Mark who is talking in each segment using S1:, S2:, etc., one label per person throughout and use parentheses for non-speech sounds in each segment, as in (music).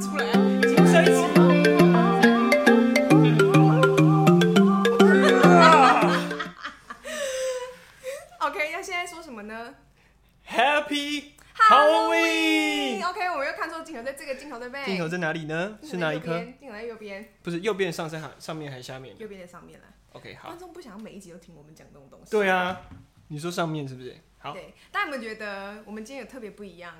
S1: 出来，你们在一起吗
S2: OK，那现在说什么呢
S1: ？Happy
S2: Halloween
S1: Halloween！
S2: ？OK，我们又看错镜头，在这个镜头对不对？
S1: 嗯镜头在哪里呢？是
S2: 镜头
S1: 哪
S2: 在
S1: 一
S2: 右
S1: 颗？
S2: 边，镜头在右边，
S1: 不是右边上身还上面还下面
S2: 右边在上面了。
S1: ？OK，好
S2: 观。众不想每一集都听我们讲这种东西。
S1: 对啊，你说上面是不是？好，
S2: 对，大家有没有觉得我们今天有特别不一样？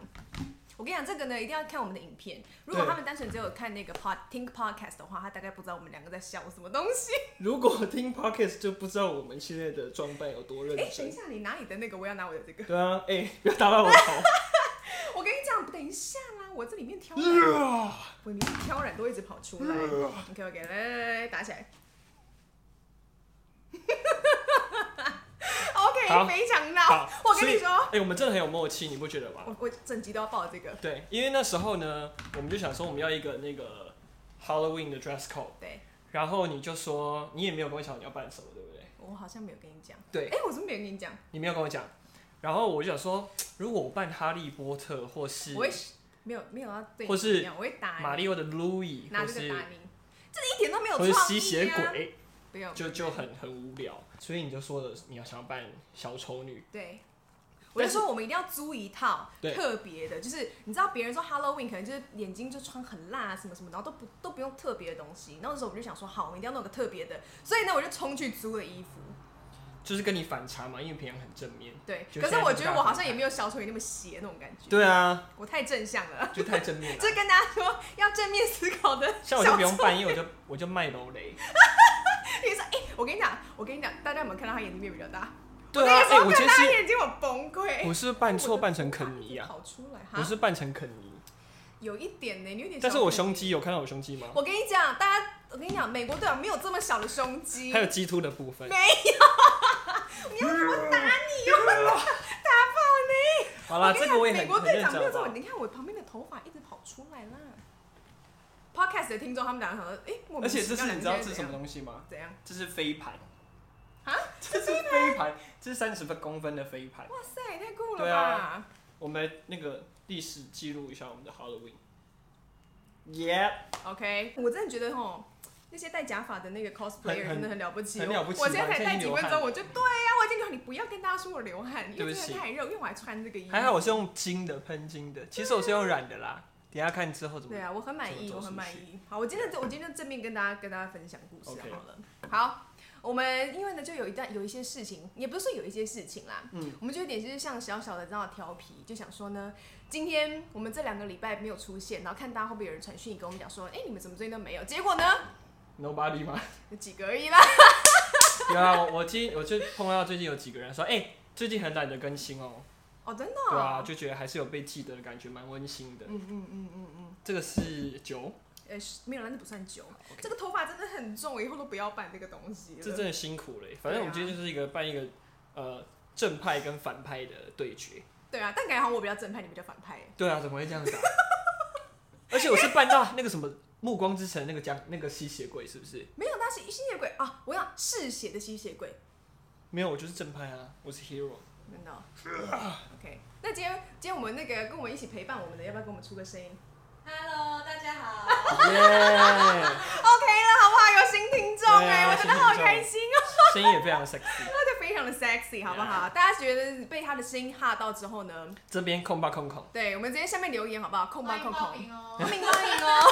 S2: 我跟你讲，这个呢一定要看我们的影片。如果
S1: 对
S2: 他们单纯只有看那个 pod think podcast 的话，他大概不知道我们两个在笑什么东西。
S1: 如果听 Podcast 就不知道我们现在的装扮有多认
S2: 哎、等一
S1: 真。
S2: 下，你拿你的那个，我要拿我的这个。
S1: 对啊，哎、不要打到我头。 (laughs)
S2: 我跟你讲，等一下啦，我这里面挑染，
S1: 啊
S2: 我里面挑染都一直跑出来。OK OK，来来来来，打起
S1: (laughs)
S2: 来。
S1: 好
S2: OK，非常闹
S1: 好。，
S2: 我跟你
S1: 所以，
S2: 说，
S1: 哎、我们真的很有默契，你不觉得吗？
S2: 我我整集都要报这个。
S1: 对，因为那时候呢，我们就想说我们要一个那个 Halloween 的 dress code，
S2: 对，
S1: 然后你就说你也没有跟我讲你要扮什么，对不对？
S2: 我好像没有跟你讲。
S1: 对
S2: 哎、我怎么没有跟你讲？
S1: 你没有跟我讲，然后我就想说，如果我扮哈利波特或是
S2: 我会没有没有要对
S1: 或
S2: 你
S1: 是
S2: 怎么样，我会打
S1: 马
S2: 你，
S1: 里奥的 Louis，
S2: 拿
S1: 或
S2: 这个
S1: 是
S2: 打你，这一点都没有
S1: 或
S2: 创
S1: 是
S2: 意、啊。
S1: 吸血，鬼，
S2: 不用，
S1: 就就很很无聊，所以你就说了你要想要扮小丑女，
S2: 对。我就说我们一定要租一套
S1: 对
S2: 特别的，就是你知道别人说 Halloween 可能就是眼睛就穿很辣啊什么什么，然后都不都不用特别的东西。然后那时候我们就想说，好，我们一定要弄个特别的，所以呢我就冲去租了衣服。
S1: 就是跟你反差嘛，因为平常很正面。
S2: 对，
S1: 就
S2: 可是
S1: 现在
S2: 我
S1: 就
S2: 觉得
S1: 大
S2: 我
S1: 反
S2: 好像也没有小丑女那么邪那种感觉，
S1: 对啊，
S2: 我太正向了。 (laughs)
S1: 就太正面了。
S2: 就跟大家说要正面思考的
S1: 像
S2: 小
S1: 我就不
S2: 丑。
S1: 用扮，因为我就我就卖楼雷。
S2: 你说，哎、我跟你讲，我跟你讲，大家有没有看到他眼睛变比较大？
S1: 对啊，
S2: 我那个时
S1: 哎、
S2: 候
S1: 我
S2: 看到
S1: 今天
S2: 他
S1: 是，
S2: 眼睛，我崩溃。
S1: 我是扮错
S2: 我的
S1: 扮成
S2: 头发
S1: 肯尼
S2: 一
S1: 啊，
S2: 直跑出来
S1: 我
S2: 哈，
S1: 是扮成肯尼，
S2: 有一点呢，你有点。
S1: 但是我胸。肌有看到我胸肌吗？
S2: 我跟你讲，大家，我跟你讲，美国队长没有这么小的胸肌。
S1: 还有鸡突的部分。
S2: 没
S1: 有，你要我打你哟、打爆你！好
S2: 我
S1: 啦，
S2: 跟你
S1: 这
S2: 讲
S1: 个我也
S2: 美
S1: 很
S2: 国
S1: 很
S2: 队
S1: 认
S2: 长没有
S1: 真
S2: 这
S1: 好
S2: 么，
S1: 不
S2: 你看我旁边的头发一直跑出来啦。Podcast 的听众他们两个想说，哎、
S1: 好
S2: 莫名
S1: 而
S2: 其妙
S1: 且这是你知
S2: 两个
S1: 道这
S2: 人
S1: 是什么
S2: 怎样？
S1: 东西吗？
S2: 怎样？
S1: 这是飞盘
S2: 啊！
S1: 这是飞盘，这是三十公分的飞盘。
S2: 哇塞，太酷了
S1: 对
S2: 吧！
S1: 啊我们来那个历史记录一下我们的 Halloween。Yeah，
S2: OK，我真的觉得吼，那些戴假发的那个 cosplayer
S1: 很很
S2: 真的很了不起。
S1: 很了不起
S2: 我现在
S1: 吧
S2: 才
S1: 你
S2: 戴
S1: 现在已
S2: 几
S1: 经
S2: 分钟，
S1: 流汗
S2: 我就对呀、我已经流汗。你不要跟大家说我流汗，因
S1: 对不
S2: 为真
S1: 起
S2: 的太热，因为我还穿这个衣服。
S1: 还好我是用金的喷金的，其实我是用染的啦。等一下看之后怎么
S2: 对。啊，我很满意，
S1: 怎
S2: 我
S1: 么走出去
S2: 很满意。好，我今天就我今天就正面跟大家跟大家分享故事
S1: OK
S2: 好了。好，我们因为呢就有一段有一些事情，也不是说有一些事情啦，嗯，我们就有点就是像小小的这样调皮，就想说呢，今天我们这两个礼拜没有出现，然后看大家会不会有人传讯给我们讲说，哎、你们怎么最近都没有？结果呢，
S1: Nobody 吗？ (laughs)
S2: 有几个而已啦。
S1: 有啊，我我今我就碰到最近有几个人说，哎、最近很懒得更新哦。
S2: 哦，真的、
S1: 对啊，，就觉得还是有被记得的感觉，蛮温馨的。
S2: 嗯嗯嗯嗯嗯，
S1: 这个是九，
S2: 呃，是没有啦，那不算久。这个头发真的很重，以后都不要办这个东西了。
S1: 这真的辛苦了耶。反正我们
S2: 啊
S1: 今天就是一个办一个呃正派跟反派的对决。
S2: 对啊，但感觉好像我比较正派，你比较反派耶。
S1: 对啊，怎么会这样子、啊？ (laughs) 而且我是办到那个什么《暮光之城》那个讲那个吸血鬼，是不是？
S2: 没有，那是吸血鬼啊！我想嗜血的吸血鬼，
S1: 没有，我就是正派啊，我是 hero。
S2: 真的哦、OK，那今天今天我们那个跟我们一起陪伴我们的，要不要跟我们出个声音
S3: Hello，大家好。
S1: (laughs) 耶！ (laughs)
S2: ？OK 了，好不好？有新听众
S1: 对
S2: 哎、
S1: 啊
S2: 我觉得好开心哦、
S1: 声音也非常 sexy。
S2: 他就非常的 sexy，好不好大家觉得被他的声音吓到之后呢？
S1: 这边空吧空空，
S2: 对，我们直接下面留言好不好？控吧
S3: 欢
S2: 控
S3: 迎
S2: 控
S3: 报。名哦。
S2: 欢迎欢迎
S3: (laughs)
S2: 哦！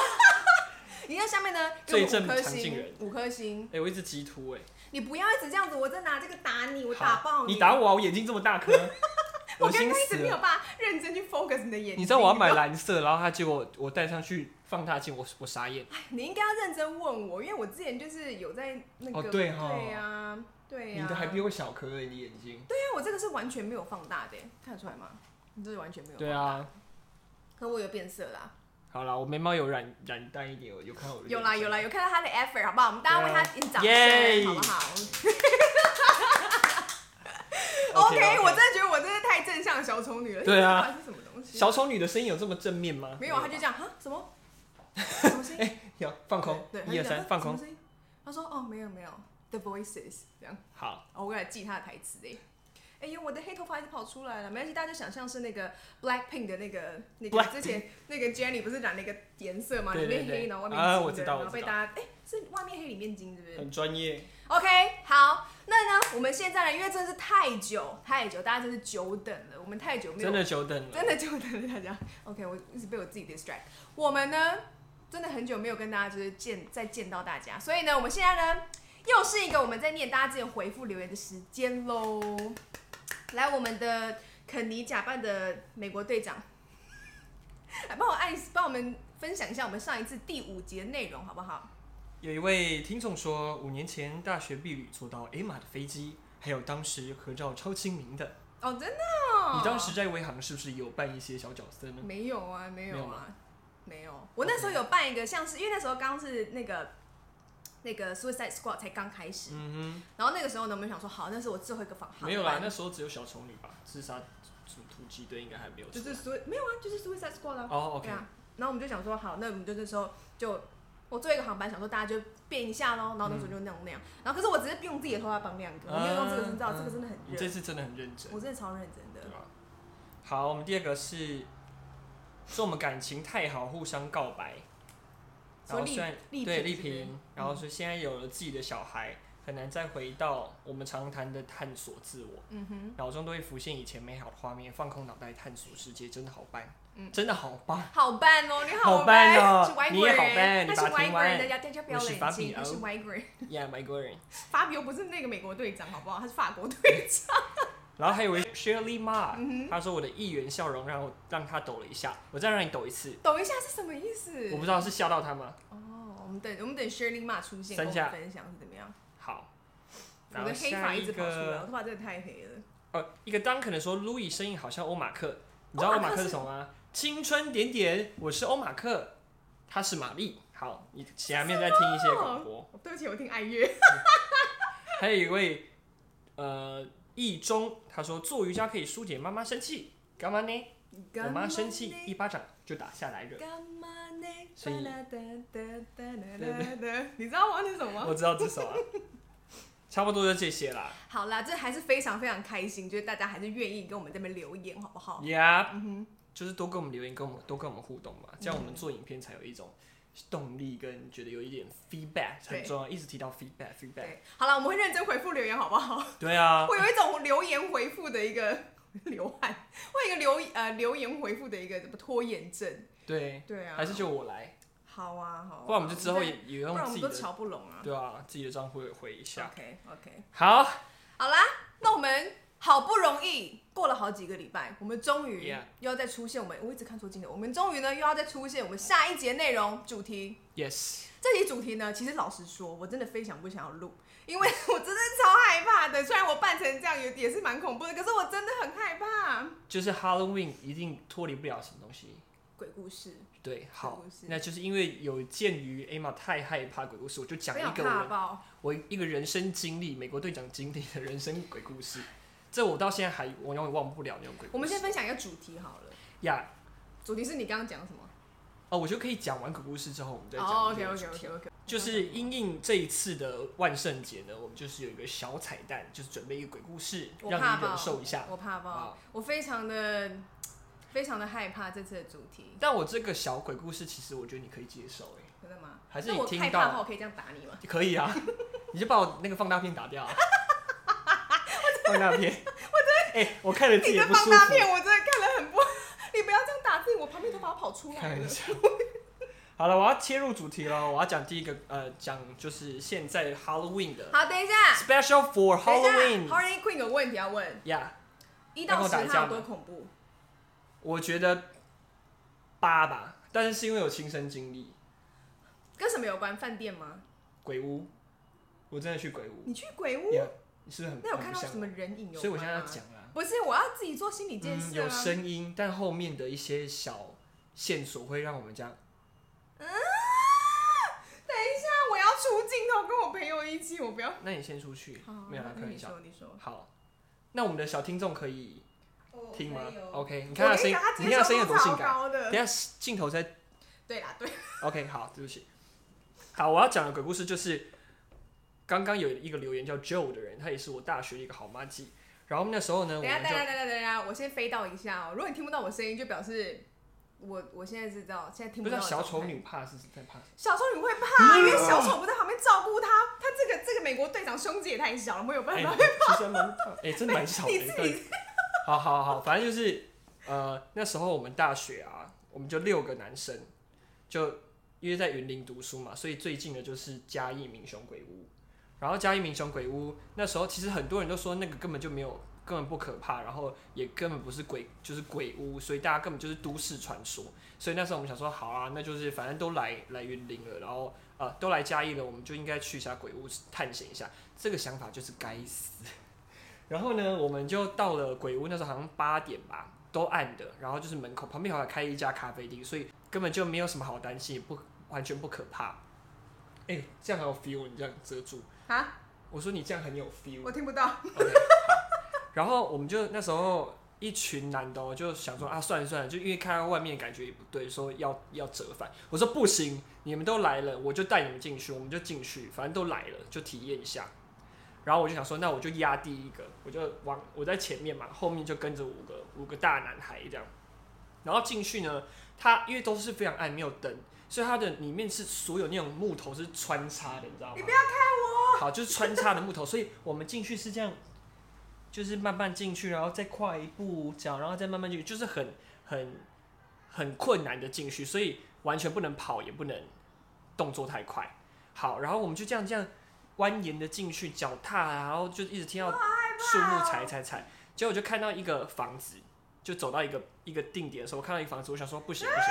S2: 你在下面呢，给我
S1: 最正
S2: 五颗
S1: 常进人
S2: 星，五颗星。
S1: 哎、我一直急突哎、
S2: 你不要一直这样子，我在拿这个打你，我打
S1: 好
S2: 爆
S1: 你
S2: 你！
S1: 打我啊！我眼睛这么大颗，
S2: (laughs) 我刚
S1: 恶
S2: 刚
S1: 心
S2: 一直
S1: 死
S2: 没有
S1: 了。
S2: 办法认真去 focus 你的眼睛。
S1: 你知道我要买蓝色，然后他结果我戴上去放大镜，我我傻眼。
S2: 你应该要认真问我，因为我之前就是有在那个。
S1: 哦对哈
S2: 对呀，对呀。
S1: 你的还比我小颗欸诶，你眼睛。
S2: 对啊，我这个是完全没有放大的，看得出来吗？你这是完全没有。
S1: 对啊，
S2: 可我有变色啦，
S1: 好啦，我眉毛有染染淡一点，我有看到我的
S2: 有啦
S1: 眼睛
S2: 有啦，有看到他的 effort 好不好？我们大家为他点掌
S1: 耶
S2: 声好不好
S1: OK，
S2: ？OK，
S1: OK
S2: 我真的觉得我真的太正向的小丑女了。
S1: 对啊，
S2: 是什么东西？
S1: 小丑女的声音有这么正面吗？
S2: 没有，他就
S1: 吧
S2: 这样哈什么？
S1: (laughs)
S2: 什么声音？
S1: 有放空
S2: 对，，
S1: 哎一二三，放。
S2: 他就讲啊什么
S1: 空。
S2: 声音他说哦，没有没有，The Voices 这样。
S1: 好，
S2: 哦，我来记他的台词哎。哎、哎呦，我的黑头发一直跑出来了，没关系，大家就想象是那个 Blackpink 的那个那个
S1: Blackpink
S2: 之前那个 Jennie 不是染了一个颜色嘛，
S1: 对
S2: 里
S1: 对
S2: 面黑
S1: 对
S2: 然后外
S1: 啊
S2: 面
S1: 我
S2: 金
S1: 知
S2: 的，
S1: 道嗯
S2: 然后
S1: 我知
S2: 被
S1: 道
S2: 大家哎是外面黑里面金，是不是？
S1: 很专业。
S2: OK，好，那呢，我们现在呢，因为真的是太久太久，大家真是久等了，我们太久没有
S1: 真的久等了。
S2: 真的久等了大家。OK，我 (laughs) 一直被我自己 distract。我们呢，真的很久没有跟大家就是见再见到大家，所以呢，我们现在呢，又是一个我们在念大家之前回复留言的时间喽。来，我们的肯尼假扮的美国队长，来帮我按，帮我们分享一下我们上一次第五集的内容好不好？
S1: 有一位听众说，五年前大学毕旅坐到 A 马的飞机，还有当时合照超亲民的。
S2: 哦，真的、哦？
S1: 你当时在威航是不是也有扮一些小角色呢？
S2: 没有啊，没有
S1: 没有
S2: 啊
S1: 吗，
S2: 没有。我那时候有办一个，像是因为那时候刚是那个那个 Suicide Squad 才刚开始，
S1: 嗯
S2: 然后那个时候呢，我们想说好，那是我最后一个访
S1: 哼，
S2: 航
S1: 没有啦，
S2: 班
S1: 那时候只有小丑女吧，自杀突突击队应该还没有出
S2: 就
S1: 来。
S2: 是 Sui 没有啊，就是 Suicide Squad 啊。
S1: 哦，OK，
S2: 对啊，然后我们就想说好，那我们就那时候就我最后一个航班，想说大家就变一下喽，然后那时候就那种那样，然后可是我只是用自己的头发绑两个，我没有用这个，
S1: 嗯
S2: 你知道
S1: 嗯
S2: 这个真的很
S1: 你这
S2: 热，
S1: 次真的很认真，
S2: 我真的超认真
S1: 对
S2: 的。
S1: 吧？好，我们第二个是说我们感情太好，互相告白。然
S2: 所
S1: 后
S2: 以
S1: 虽然
S2: 丽
S1: 对丽
S2: 丽萍是嗯不
S1: 萍，然后是现在有了自己的小孩，很难再回到我们常谈的探索自我，
S2: 是嗯哼。
S1: 脑中都会浮现以前美好的画面，放空脑袋探索世界，真的好棒，
S2: 嗯
S1: 真的好棒。 (laughs)
S2: 好棒哦，你棒
S1: 好棒哦
S2: 是外
S1: 你
S2: 国
S1: 也
S2: 人，
S1: 好棒
S2: 他
S1: 你
S2: 是
S1: 把它
S2: 外
S1: 听
S2: 国人，
S1: 完
S2: 大家大家不要
S1: 我是哦
S2: 冷
S1: 法比
S2: 静，他是
S1: 欧
S2: 外国人。 (laughs)
S1: Yeah，美国人。
S2: 法比又不是那个美国队长，好不好？他是法国队长。
S1: 然后还有一位
S2: 嗯
S1: Shirley Ma，、他说我的一元笑容让我让他抖了一下，我再让你抖一次，
S2: 抖一下是什么意思？
S1: 我不知道是吓到他吗？
S2: 哦，我们等我们等 Shirley Ma 出现，跟
S1: 三
S2: 我
S1: 下
S2: 们分享是怎么样？
S1: 好，
S2: 我
S1: 然后
S2: 的黑
S1: 下
S2: 发
S1: 一
S2: 一直跑出来，我
S1: 个
S2: 头发真的太黑了。
S1: 呃，一个 Duncan 的说 Louis 声音好像欧马克，你知道
S2: 欧
S1: 欧
S2: 马
S1: 马
S2: 哦克
S1: 克
S2: 是
S1: 是什么吗？青春点点，我是欧马克，他是玛丽。好，你前面再听一些广播。
S2: 对不起，我听爱乐。
S1: 还有一位呃易中，他说做瑜伽可以疏解妈妈生气，干嘛呢？我妈生气一巴掌就打下来了。
S2: 干嘛呢？
S1: 所以
S2: 哒哒哒哒哒哒你知道吗？那是什么
S1: 我知道这首
S2: (laughs)
S1: 啊，差不多就这些啦。
S2: 好啦，这还是非常非常开心，就是大家还是愿意跟我们这边留言，好不好？嗯
S1: Yeah，、就是多跟我们留言，跟我们多跟我们互动嘛，这样我们做影片才有一种动力，跟觉得有一点 feedback
S2: 对
S1: 很重要，一直提到 feedback feedback。
S2: 对，好了，我们会认真回复留言，好不好？
S1: 对 (laughs) 啊，
S2: 我有一种留言回复的一个流汗，我有一个留呃留言回复的一个什么拖延症。
S1: 对，
S2: 对啊，
S1: 还是就我来，
S2: 好啊好啊，
S1: 不然我们就之后也
S2: 对
S1: 也
S2: 不
S1: 用
S2: 然我们
S1: 自己
S2: 都
S1: 的，
S2: 瞧不拢啊。
S1: 对啊，自己的账户也回一下。
S2: OK OK，
S1: 好
S2: 好啦，那我们好不容易过了好几个礼拜，我们终于
S1: Yeah
S2: 又要再出现我们，我一直看错金额，我们终于呢又要再出现我们下一节内容主题。
S1: ，Yes，
S2: 这集主题呢，其实老实说，我真的非常不想要录，因为我真的超害怕的。虽然我扮成这样也也是蛮恐怖的，可是我真的很害怕
S1: 就是 Halloween 一定脱离不了什么东西。
S2: 鬼故事。
S1: 对，好
S2: 鬼故事，
S1: 那就是因为有鉴于 Emma 太害怕鬼故事，我就讲
S2: 非常
S1: 一个
S2: 怕
S1: 我
S2: 爆。
S1: 我一个人生经历，美国队长经历的人生鬼故事，这我到现在还我永远忘不了那种鬼故事。
S2: 我们先分享一个主题好了，
S1: 呀
S2: 主题是你刚刚讲什么？
S1: 哦，我就可以讲完鬼故事之后，我们再讲。
S2: 哦，OK OK OK OK，
S1: 就是因应这一次的万圣节呢，我们就是有一个小彩蛋，就是准备一个鬼故事，
S2: 我
S1: 让
S2: 怕
S1: 你
S2: 爆，
S1: 忍受一下。
S2: 我怕爆
S1: 好，
S2: 我非常的非常的害怕这次的主题，
S1: 但我这个小鬼故事，其实我觉得你可以接受、欸，
S2: 真的吗？
S1: 还是
S2: 那
S1: 你
S2: 我
S1: 听
S2: 害
S1: 到
S2: 怕的话，我可以这样打
S1: (laughs)
S2: 你吗？
S1: 可以啊，你就把我那个放大片打
S2: (laughs)
S1: 掉、啊。放大片，我真哎、我看了自己
S2: 你
S1: 也
S2: 这
S1: 不舒
S2: 放
S1: 服。
S2: 大片我真的看了很不，你不要这样打自己，我旁边头发跑出来
S1: 看一
S2: 了。
S1: 下。好了，我要切入主题了。我要讲第一个，呃，讲就是现在 Halloween 的
S2: 好，等一下，
S1: special for
S2: 等一下
S1: Halloween。
S2: ，Holiday Queen 有问题要问，
S1: 呀
S2: 一
S1: 要
S2: 到
S1: 跟我
S2: 十
S1: 打一
S2: 它
S1: 架
S2: 有
S1: 吗
S2: 多恐怖？
S1: 我觉得八吧，但是是因为有亲身经历
S2: 跟什么有关？饭店吗？
S1: 鬼屋，我真的去鬼屋，
S2: 你去鬼屋，
S1: 呀你是不是很
S2: 那嗯有看到
S1: 很不像啊
S2: 什么人影有？
S1: 所以我现在要，讲啦、
S2: 不是我要自己做心理建
S1: 嗯，
S2: 设
S1: 有
S2: 啊。
S1: 声音，但后面的一些小线索会让我们这样。
S2: 啊等一下，我要出镜头，跟我朋友一起，我不要。
S1: 那你先出去，没有啦，
S2: 哦那
S1: 开
S2: 你
S1: 玩笑。
S2: 说，你说。
S1: 好，那我们的小听众可以 (laughs)
S3: 我
S1: 听吗
S3: 可以哦
S1: ？OK，你看他声音
S2: 我跟，
S1: 你
S2: 你讲
S1: 看他
S2: 他
S1: 声音有多性感。
S2: 超高的
S1: 等一下镜头在
S2: 对啦，对，
S1: OK，好，对不起。好，我要讲的鬼故事就是，刚刚有一个留言叫 Joe 的人，他也是我大学的一个好妈鸡。然后那时候呢，
S2: 等
S1: 我
S2: 一下，
S1: 们
S2: 等一下，
S1: 就
S2: 等一下，等一下，我先飞到一下哦。如果你听不到我声音，就表示我我现在是知道，现在听
S1: 不知
S2: 到
S1: 道
S2: 的
S1: 小丑
S2: 状态。
S1: 女嗯怕是在怕什么？
S2: 小丑女会怕，因为小丑不在旁边照顾她，她这个这个美国队长胸肌也太小了，没有办
S1: 哎，
S2: 法。
S1: 其实还蛮大，哎，真的蛮小的，
S2: (laughs) 你自己
S1: 对。 (laughs) 好好好，反正就是呃，那时候我们大学啊，我们就六个男生，就因为在云林读书嘛，所以最近的就是嘉义民雄鬼屋。然后嘉义民雄鬼屋那时候其实很多人都说那个根本就没有，根本不可怕，然后也根本不是鬼，就是鬼屋，所以大家根本就是都市传说。所以那时候我们想说，好啊，那就是反正都来来云林了，然后呃都来嘉义了，我们就应该去一下鬼屋探险一下。这个想法就是该死。然后呢，我们就到了鬼屋，那时候好像八点吧，都暗的。然后就是门口旁边好像开一家咖啡厅，所以根本就没有什么好担心，也不完全不可怕。哎、这样很有 feel，你这样遮住。
S2: 啊，
S1: 我说你这样很有 feel。
S2: 我听不到。
S1: OK，然后我们就那时候一群男的、哦、就想说啊，算了算了，就因为看到外面感觉也不对，说要要折返。我说不行，你们都来了，我就带你们进去，我们就进去，反正都来了，就体验一下。然后我就想说，那我就压第一个，我就往我在前面嘛，后面就跟着五个五个大男孩这样。然后进去呢，它因为都是非常暗，没有灯，所以它的里面是所有那种木头是穿插的，你知道吗？
S2: 你不要看我。
S1: 好，就是穿插的木头，所以我们进去是这样，就是慢慢进去，然后再跨一步这样，然后再慢慢进去，就是很很很困难的进去，所以完全不能跑，也不能动作太快。好，然后我们就这样这样蜿蜒的进去，脚踏，然后就一直听
S2: 啊
S1: 到树木踩踩踩，结果我就看到一个房子，就走到一个一个定点的时候，我看到一个房子，我想说不行不行，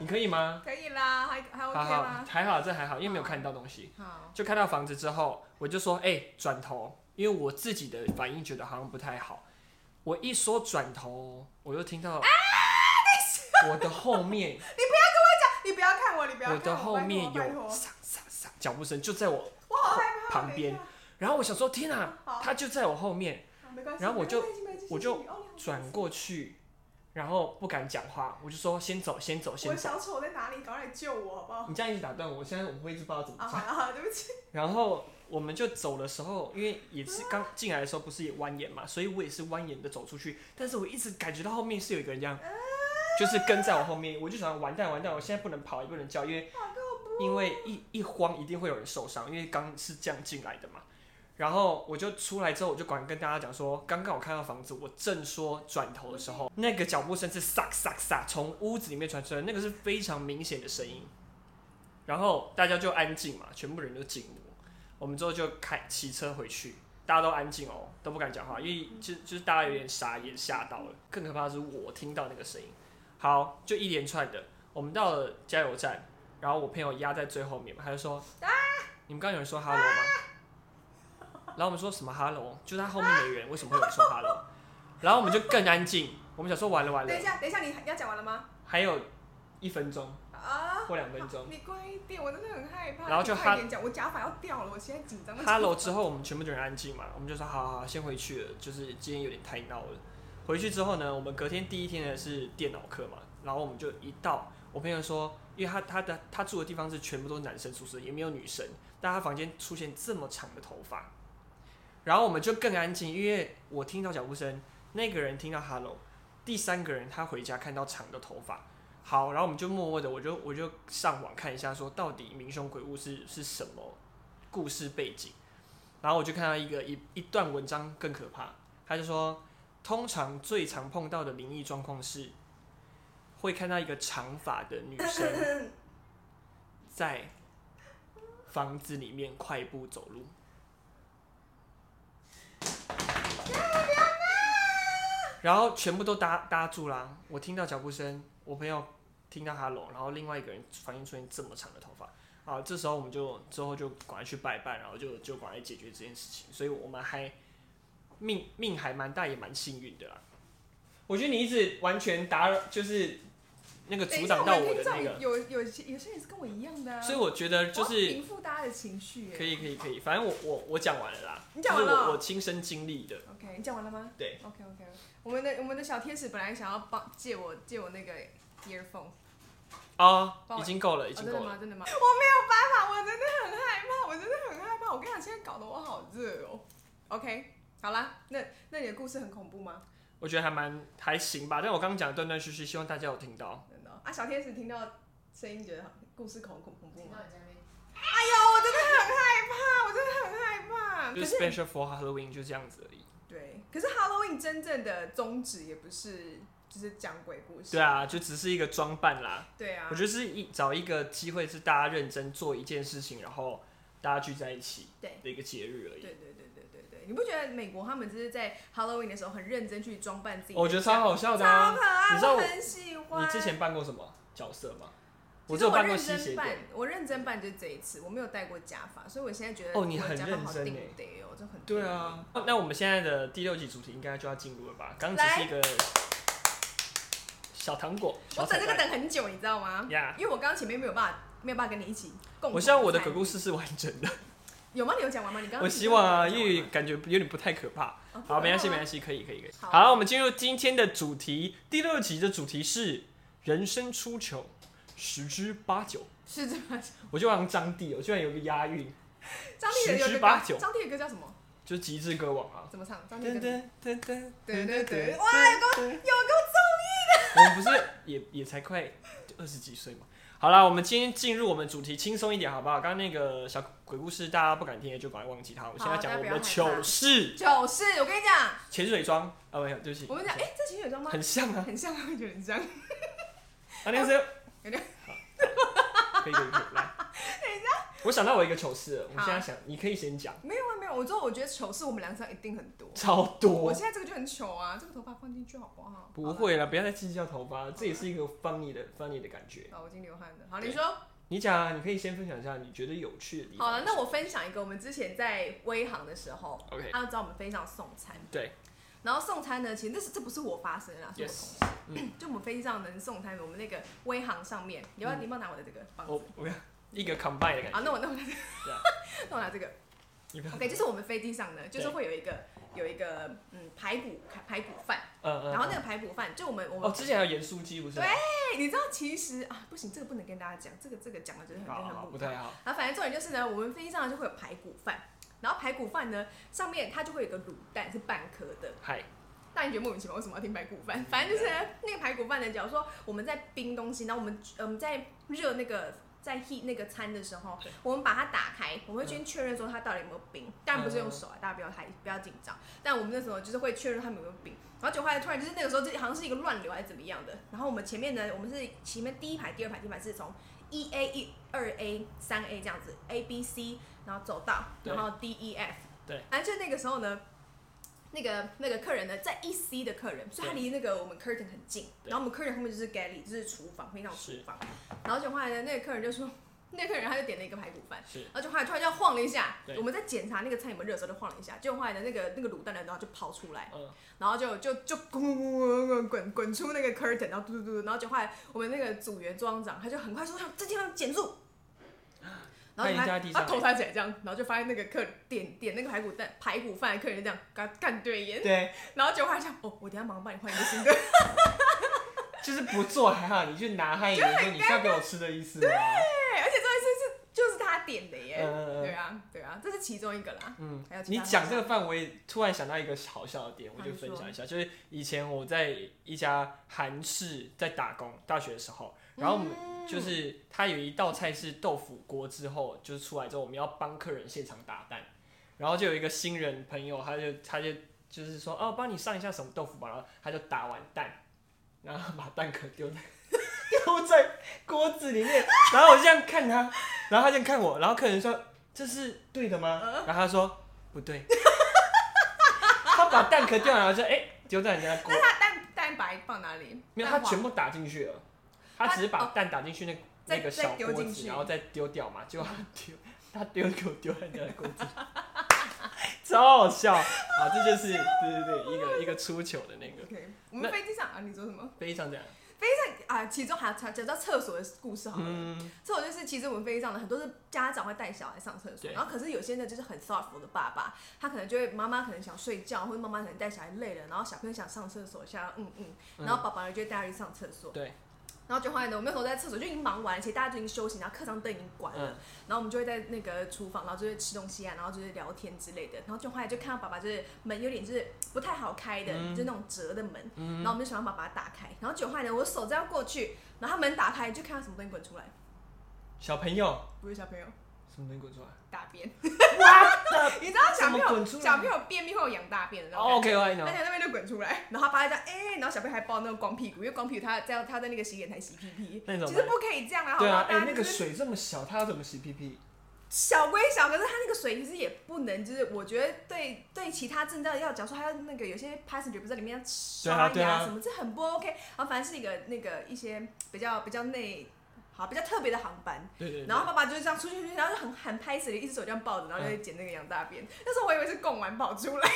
S1: 你可以吗？
S2: 可以啦，还还 OK
S1: 好好
S2: 吗？
S1: 还好这还好，因为没有看到东西。
S2: 好，
S1: 就看到房子之后，我就说：“哎、转头！”因为我自己的反应觉得好像不太好。我一说转头，我就听
S2: 啊
S1: 到我的后面，
S2: 你不要看我，你 (laughs) 不要看
S1: 我
S2: 我。
S1: 的后面有
S2: 拜托拜托
S1: 唰唰唰脚步声，就在我
S2: 我好害怕。
S1: 旁
S2: 等一
S1: 边
S2: 下。
S1: 然后我想说：“天啊，
S2: 好
S1: 他就在我后面。”
S2: 好没关系。
S1: 然后我就
S2: 没关系没关系
S1: 我就
S2: 继续哦你好
S1: 转过去，然后不敢讲话，我就说：“先走，先走，
S2: 我
S1: 先
S2: 的
S1: 走。
S2: 小丑在哪里？赶快来救我好不”好？
S1: 你这样一直打断我，现在我会一直不知道怎么
S2: 啊，
S1: 讲。
S2: 好了好了，对不起。
S1: 然后我们就走的时候，因为也是刚进来的时候不是也蜿蜒嘛，所以我也是蜿蜒的走出去，但是我一直感觉到后面是有一个人这样，就是跟在我后面，我就想完蛋完蛋，我现在不能跑也不能叫，因为因为一一慌一定会有人受伤，因为刚是这样进来的嘛。然后我就出来之后，我就赶快跟大家讲说，刚刚我看到房子，我正说转头的时候，那个脚步声是撒撒撒从屋子里面传出来，那个是非常明显的声音。然后大家就安静嘛，全部人都静默。我们之后就开骑车回去，大家都安静哦，都不敢讲话，因为就就是大家有点傻眼，吓到了。更可怕的是我听到那个声音。好，就一连串的，我们到了加油站，然后我朋友压在最后面嘛，他就说：“啊你们刚刚有人说 hello 吗？”然后我们说什么 hello，就是他后面没人，为什么会有人说 hello？然后我们就更安静，我们想说完了完了
S2: 等一，下，等一下，你要讲完了吗？
S1: 还有一分钟
S2: 啊。
S1: 或两分钟。
S2: 你乖一点，我真的很害怕。
S1: 然后就
S2: 你
S1: 哈
S2: 快点讲，我假发要掉了，我现在紧张。
S1: Hello 之后，我们全部就很安静嘛，我们就说好好好，先回去了，就是今天有点太闹了。回去之后呢，我们隔天第一天呢是电脑课嘛，然后我们就一到，我朋友说，因为他他的他住的地方是全部都是男生宿舍，也没有女生，但他房间出现这么长的头发，然后我们就更安静，因为我听到脚步声，那个人听到 Hello，第三个人他回家看到长的头发。好，然后我们就默默的，我就我就上网看一下，说到底《民雄鬼屋是》是什么故事背景。然后我就看到一个一一段文章更可怕，他就说，通常最常碰到的灵异状况是，会看到一个长发的女生在房子里面快步走路。然后全部都搭搭住啦，我听到脚步声，我朋友听到哈喽，然后另外一个人房间出现这么长的头发，啊，这时候我们就之后就赶快去拜拜，然后就就赶快解决这件事情，所以我们还命命还蛮大，也蛮幸运的啦。我觉得你一直完全打扰，就是那个
S2: 等
S1: 阻
S2: 一下
S1: 挡到
S2: 我
S1: 我
S2: 们
S1: 的
S2: 听
S1: 那
S2: 众
S1: 个，
S2: 有有些有些人是跟我一样的啊，
S1: 所以我觉得就
S2: 我要
S1: 是
S2: 平复大家的情绪。
S1: 可以可以可以，反正我我我讲完了啦，
S2: 你讲完了
S1: 就是我我亲身经历的，
S2: OK，你讲完了吗？
S1: 对。
S2: OK OK，我们的我们的小天使本来想要帮借我借我那个 earphone，
S1: 啊、
S2: 帮我
S1: 已经够了，
S2: 哦
S1: 已
S2: 真
S1: 经够
S2: 的
S1: 了。
S2: 吗？真的吗？我没有办法，我真的很害怕，我真的很害怕。我跟你讲，现在搞得我好热哦。OK，好啦，那那你的故事很恐怖吗？
S1: 我觉得还蛮还行吧。但我刚刚讲的断断续续，希望大家有听到。
S2: 真的哦啊，小天使听到声音觉得好故事恐恐恐怖
S3: 听
S2: 吗
S3: 到？你在那边，
S2: 哎呦，我真的很害怕，我真的很害怕。啊
S1: 就
S2: 可
S1: 是
S2: 是
S1: special for Halloween 就这样子而已。
S2: 对，可是 Halloween 真正的宗旨也不是就是讲鬼故事。
S1: 对啊，就只是一个装扮啦。
S2: 对啊，
S1: 我觉得是一找一个机会是大家认真做一件事情，然后大家聚在一起
S2: 对
S1: 的一个节日而已。
S2: 对对对对对对，你不觉得美国他们就是在 Halloween 的时候很认真去装扮自己的？
S1: 哦我觉得超好笑的、
S2: 超
S1: 啊。
S2: 可爱，
S1: 你知道
S2: 我
S1: 我
S2: 很喜欢。
S1: 你之前扮过什么角色吗？
S2: 其
S1: 只
S2: 实
S1: 有
S2: 我
S1: 扮过
S2: 认
S1: 吸血
S2: 真扮
S1: 鬼。，
S2: 我认真扮就是这一次，我没有戴过假发，所以我现在觉得
S1: 哦你
S2: 我的
S1: 很
S2: 假发好
S1: 认真
S2: 定
S1: 欸
S2: 得哦，就很
S1: 对啊，哦那我们现在的第六集主题应该就要进入了吧？刚只是一个小糖果，
S2: 我
S1: 小
S2: 等
S1: 彩
S2: 这个等
S1: 蛋。
S2: 很久，你知道吗？
S1: 呀
S2: 因为我刚刚前面没有办法，没有办法跟你一起共。
S1: 我希望我的鬼故事是完整的，
S2: 有吗？你有讲完吗？你刚刚
S1: 我希望啊，
S2: 你
S1: 因
S2: 刚刚有
S1: 为
S2: 讲完吗
S1: 感觉有点不太可怕。
S2: 哦
S1: 好，没
S2: (laughs)
S1: 关系，
S2: 不
S1: 没
S2: 然的话
S1: 关系，可以，可以，可以。
S2: 好
S1: 好，我们进入今天的主题，第六集的主题是人生出糗，十之八九。
S2: 是这么讲。
S1: 我就像张帝，我居然有个押韵，
S2: 张帝的有一
S1: 十
S2: 个
S1: 之
S2: 歌
S1: 八九
S2: 张帝的歌叫什么？
S1: 就是极致歌王啊。
S2: 怎么唱？张帝的
S1: 噔
S2: 歌。
S1: 噔噔噔
S2: 对对对，
S1: 噔
S2: 哇，有个有个综
S1: 我们不是也也才快二十几岁嘛？好啦，我们今天进入我们主题，轻松一点好不好？刚刚那个小鬼故事大家不敢听，就赶快忘记它。我现在讲我们的糗事，
S2: 艺，就是我跟你讲，
S1: 潜水装啊，没有，对不起，
S2: 我们讲，哎，这情侣装吗？
S1: 很像啊，
S2: 很像，我觉得很像。
S1: 啊，那个是
S2: 有
S1: (laughs)
S2: 点
S1: 好好可以可以可以，来，我想到我一个糗事了，我
S2: 好
S1: 现在想，你可以先讲，
S2: 没有啊，没有。我之后我觉得糗事我们两个身上一定很多。
S1: 超
S2: 我
S1: 多，
S2: 现在这个就很糗啊，这个头发放进去好不好？
S1: 不会啦，不要再计较头发，这也是一个 funny 的 funny 的感觉。
S2: 好。好，我已经流汗了。好，
S1: 对
S2: 你说。
S1: 你讲啊，你可以先分享一下你觉得有趣的地方。
S2: 好了，啊那我啊分享一个，我们之前在微航的时候，
S1: OK
S2: 他要找我们飞上送餐，
S1: 对，
S2: 然后送餐呢，其实这是这不是我发生的啊啦，是我同
S1: Yes
S2: 事。就我们飞机上能送餐，我们那个微航上面，你
S1: 嗯
S2: 要、你要不要拿我的这个棒子？
S1: 我哦我要一个 combine 的感觉
S2: 好，，那我那我拿这
S1: 对
S2: 个
S1: 啊，
S2: (laughs) 那我拿这个。
S1: 你不要
S2: OK，就是我们飞机上呢，就是
S1: 对
S2: 会有一个有一个嗯排骨排骨饭，
S1: 嗯嗯，
S2: 然后那
S1: 嗯
S2: 个排骨饭就我们我们
S1: 哦，之前还有盐酥鸡不是吗？
S2: 哎、你知道其实啊不行，这个不能跟大家讲，这个这个讲了就是很
S1: 好
S2: 很
S1: 好好啊
S2: 很
S1: 不
S2: 不
S1: 太好。
S2: 然后反正重点就是呢，我们飞机上就会有排骨饭，然后排骨饭呢上面它就会有个卤蛋是半颗的。
S1: 嗨，
S2: 大家觉得莫名其妙，为什么要听排骨饭？反正就是呢那个排骨饭呢，假如说我们在冰东西，然后我们呃我们在热那个。在 heat 那个餐的时候
S1: 对，
S2: 我们把它打开，我们会先确认说它到底有没有冰。当然不是用手啊，大家不要太不要紧张。但我们那时候就是会确认它有没有冰，然后就后来突然就是那个时候，就好像是一个乱流还是怎么样的。然后我们前面呢，我们是前面第一排、第二排、第一排是从一 A 一二 A 三 A 这样子，A B C，然后走到，
S1: 对
S2: 然后 D E F，
S1: 对，
S2: 反正就那个时候呢，那个那个客人呢，在一 C 的客人，所以他
S1: 对
S2: 离那个我们 curtain 很近，
S1: 对
S2: 然后我们 curtain 后面就是 galley，就是厨房，非常厨
S1: 是
S2: 房，然后就后来呢，那个客人就说，那个客人他就点了一个排骨饭。
S1: 是
S2: 然后就后来突然就晃了一下，
S1: 对
S2: 我们在检查那个菜有没有热的时候就晃了一下，就后来的那个那个卤蛋呢，然后就跑出来，
S1: 嗯
S2: 然后就就就滚滚滚滚滚出那个 curtain，然后嘟嘟嘟，然后就后来我们那个组员庄长他就很快说，这地方减速，然后
S1: 看人
S2: 他
S1: 家地
S2: 他
S1: 上
S2: 头抬起来这样，然后就发现那个客点点那个排骨蛋排骨饭的客人就这样干干对眼，
S1: 对，
S2: 然后就后来想，哦，我等一下马上帮你换一个新的，
S1: 就是不做还好，你去拿害你说你是要给我吃的意思吗？啊
S2: 对，而且这一次是就是他点的耶，
S1: 嗯嗯嗯
S2: 对啊对啊，这是其中一个啦，
S1: 嗯
S2: 还有，其
S1: (laughs) 你
S2: 他的
S1: 讲
S2: 吗
S1: 这个饭，我也突然想到一个好笑的点，我
S2: 好
S1: 就
S2: 你
S1: 分
S2: 说
S1: 享一下，就是以前我在一家韩式在打工，大学的时候，然后
S2: 嗯
S1: 我们就是它有一道菜是豆腐锅，之后就是出来之后，我们要帮客人现场打蛋，然后就有一个新人朋友，他就他就就是说哦，帮你上一下什么豆腐吧，然后他就打完蛋，然后把蛋壳丢在 (laughs) 丢在锅子里面，然后我就这样看他，然后他这样看我，然后客人说这是对的吗？然后他说不对， (laughs) 他把蛋壳掉，然后就哎丢在人家锅
S2: 那，他蛋蛋白放哪里？
S1: 没有，他
S2: 蛋黄
S1: 全部打进去了，他只是把
S2: 哦
S1: 蛋打进去那
S2: 再
S1: 那个
S2: 再
S1: 小
S2: 丢
S1: 锅
S2: 进
S1: 子，
S2: 去
S1: 然后再丢掉嘛，结果他
S2: (laughs)
S1: 丢他丢给我丢在人家的锅子， (laughs) 超好笑啊！这就是对对对一个一个出糗的那个
S2: OK，我们
S1: 那
S2: 飞机上啊，你说什么？
S1: 非常这样，
S2: 啊，其中还讲讲到厕所的故事好了。
S1: 嗯，
S2: 厕所就是其实我们飞机上的很多是家长会带小孩上厕所，
S1: 对
S2: 然后可是有些呢就是很 thoughtful 的爸爸，他可能就会妈妈可能想睡觉，或者妈妈可能带小孩累了，然后小朋友想上厕所，想要嗯嗯，然后爸爸呢就会带他去上厕所。
S1: 嗯对。
S2: 然后就后来呢，我们那时候在厕所就已经忙完了，其实大家就已经休息，然后课上灯已经关了，
S1: 嗯，
S2: 然后我们就会在那个厨房，然后就会吃东西啊，然后就是聊天之类的。然后就后来就看到爸爸就是门有点就是不太好开的，
S1: 嗯
S2: 就是那种折的门。然后我们就想要把它打开，然后就后来呢，我手这样过去，然后他门打开就看到什么东西滚出来，
S1: 小朋友，
S2: 不是小朋友
S1: 什么东西滚出来？
S2: 大便， (laughs)
S1: 哇！
S2: 你知道小朋
S1: 怎么滚
S2: 友
S1: 出来哦
S2: 小朋友便秘会有羊大便的那种感觉。
S1: (laughs) OK，我
S2: 而
S1: know。
S2: 且那边就滚出来， (laughs) 然后他爸就这样，哎、然后小朋友还抱那个光屁股，因为光屁股他在他在那个洗脸台洗屁屁，
S1: 那你怎
S2: 其
S1: 么
S2: 实
S1: 办
S2: 不可以这样啊，好
S1: 对
S2: 不好？
S1: 啊，哎、
S2: 大家
S1: 那
S2: 就
S1: 个
S2: 是
S1: 水这么小，他要怎么洗屁屁？
S2: 小归小，可是他那个水其实也不能，就是我觉得对对其他正在要讲说还有那个有些 passenger 不是在里面刷
S1: 对啊
S2: 牙什么，这很不 OK。然后反正是一个那个一些比较比较内。好，比较特别的航班，
S1: 对对对。
S2: 然后爸爸就是这样出去，然后就很很拍死的，一只手这样抱着，然后就会捡那个羊大便。那时候我以为是贡丸跑出
S1: (laughs)
S2: 来，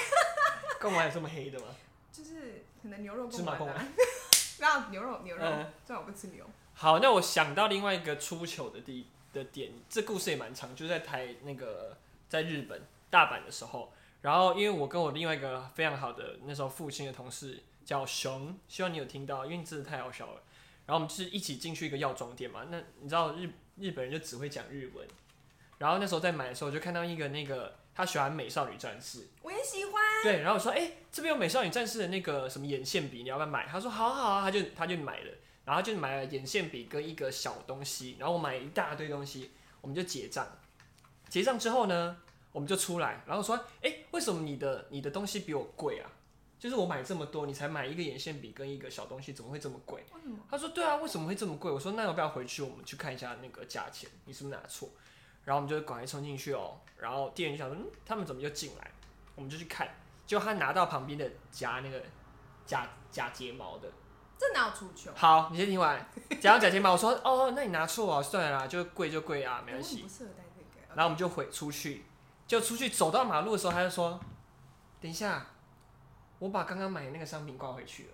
S1: 干嘛有这么黑的嘛？
S2: 就是可能牛肉
S1: 芝
S2: 贡
S1: 麻
S2: 丸
S1: 贡
S2: 啊
S1: 丸，
S2: (laughs) 然后牛肉牛肉
S1: 嗯，
S2: 虽然我不吃牛，
S1: 好，那我想到另外一个出糗的地的点，这故事也蛮长，就是在台那个在日本大阪的时候，然后因为我跟我另外一个非常好的那时候父亲的同事叫熊，希望你有听到，因为你真的太好笑了。然后我们就是一起进去一个药妆店嘛，那你知道日日本人就只会讲日文，然后那时候在买的时候就看到一个那个他喜欢美少女战士，
S2: 我也喜欢。
S1: 对，然后我说，哎、这边有美少女战士的那个什么眼线笔，你要不要买？他说好啊好啊，他就他就买了，然后他就买了眼线笔跟一个小东西，然后我买一大堆东西，我们就结账。结账之后呢，我们就出来，然后说，哎、为什么你的你的东西比我贵啊？就是我买这么多，你才买一个眼线笔跟一个小东西，怎么会这么贵？
S2: 嗯
S1: 他说对啊，为什么会这么贵？我说那要不要回去我们去看一下那个价钱，你是不是拿错？然后我们就赶快冲进去哦，然后店员就想说，嗯，他们怎么又进来？我们就去看。就他拿到旁边的夹那个假假睫毛的。
S2: 这哪有足球？
S1: 好，你先听完。夹到假睫毛，我说哦，那你拿错啊，算了啦，就贵就贵啊，没关
S2: 哎我很
S1: 系
S2: 不。适合戴这个。
S1: 然后我们就回出去，就出去走到马路的时候，他就说：“等一下，我把刚刚买的那个商品挂回去了。”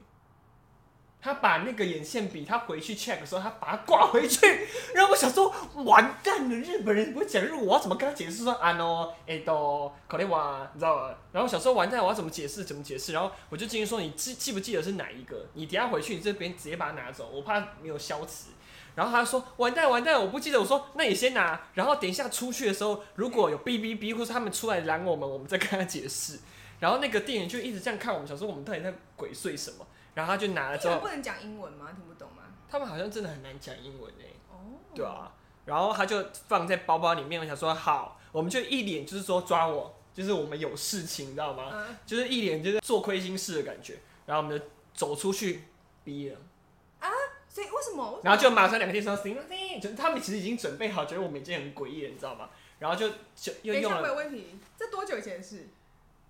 S1: 他把那个眼线笔，他回去 check 的时候，他把它挂回去。然后我想说，完蛋了，日本人不会讲日文，我要怎么跟他解释说啊 no，哎都可能哇，你知道吗？然后我想说，完蛋，我要怎么解释？怎么解释？然后我就进去说，你记记不记得是哪一个？你等一下回去，你这边直接把它拿走，我怕没有消磁。然后他说完蛋完蛋，我不记得。我说那你先拿，然后等一下出去的时候，如果有哔哔哔或是他们出来拦我们，我们再跟他解释。然后那个店员就一直这样看我们，想说我们到底在鬼祟什么。然后他就拿了之
S2: 你们
S1: 后，
S2: 不能讲呃英文吗？听不懂吗？
S1: 他们好像真的很难讲英文哎、
S2: 哦，
S1: 对，啊。然后他就放在包包里面，我想说好，我们就一脸就是说抓我，就是我们有事情，你知道吗？
S2: 嗯
S1: 就是一脸就是做亏心事的感觉。然后我们就走出去，毕业了。
S2: 所以为什么？为什么
S1: 然后就马上两个电商行了，行就是他们其实已经准备好，觉得我们已经很诡异了，你知道吗？然后就就又
S2: 等一
S1: 用
S2: 下会
S1: 了
S2: 有问题，这多久以前的事？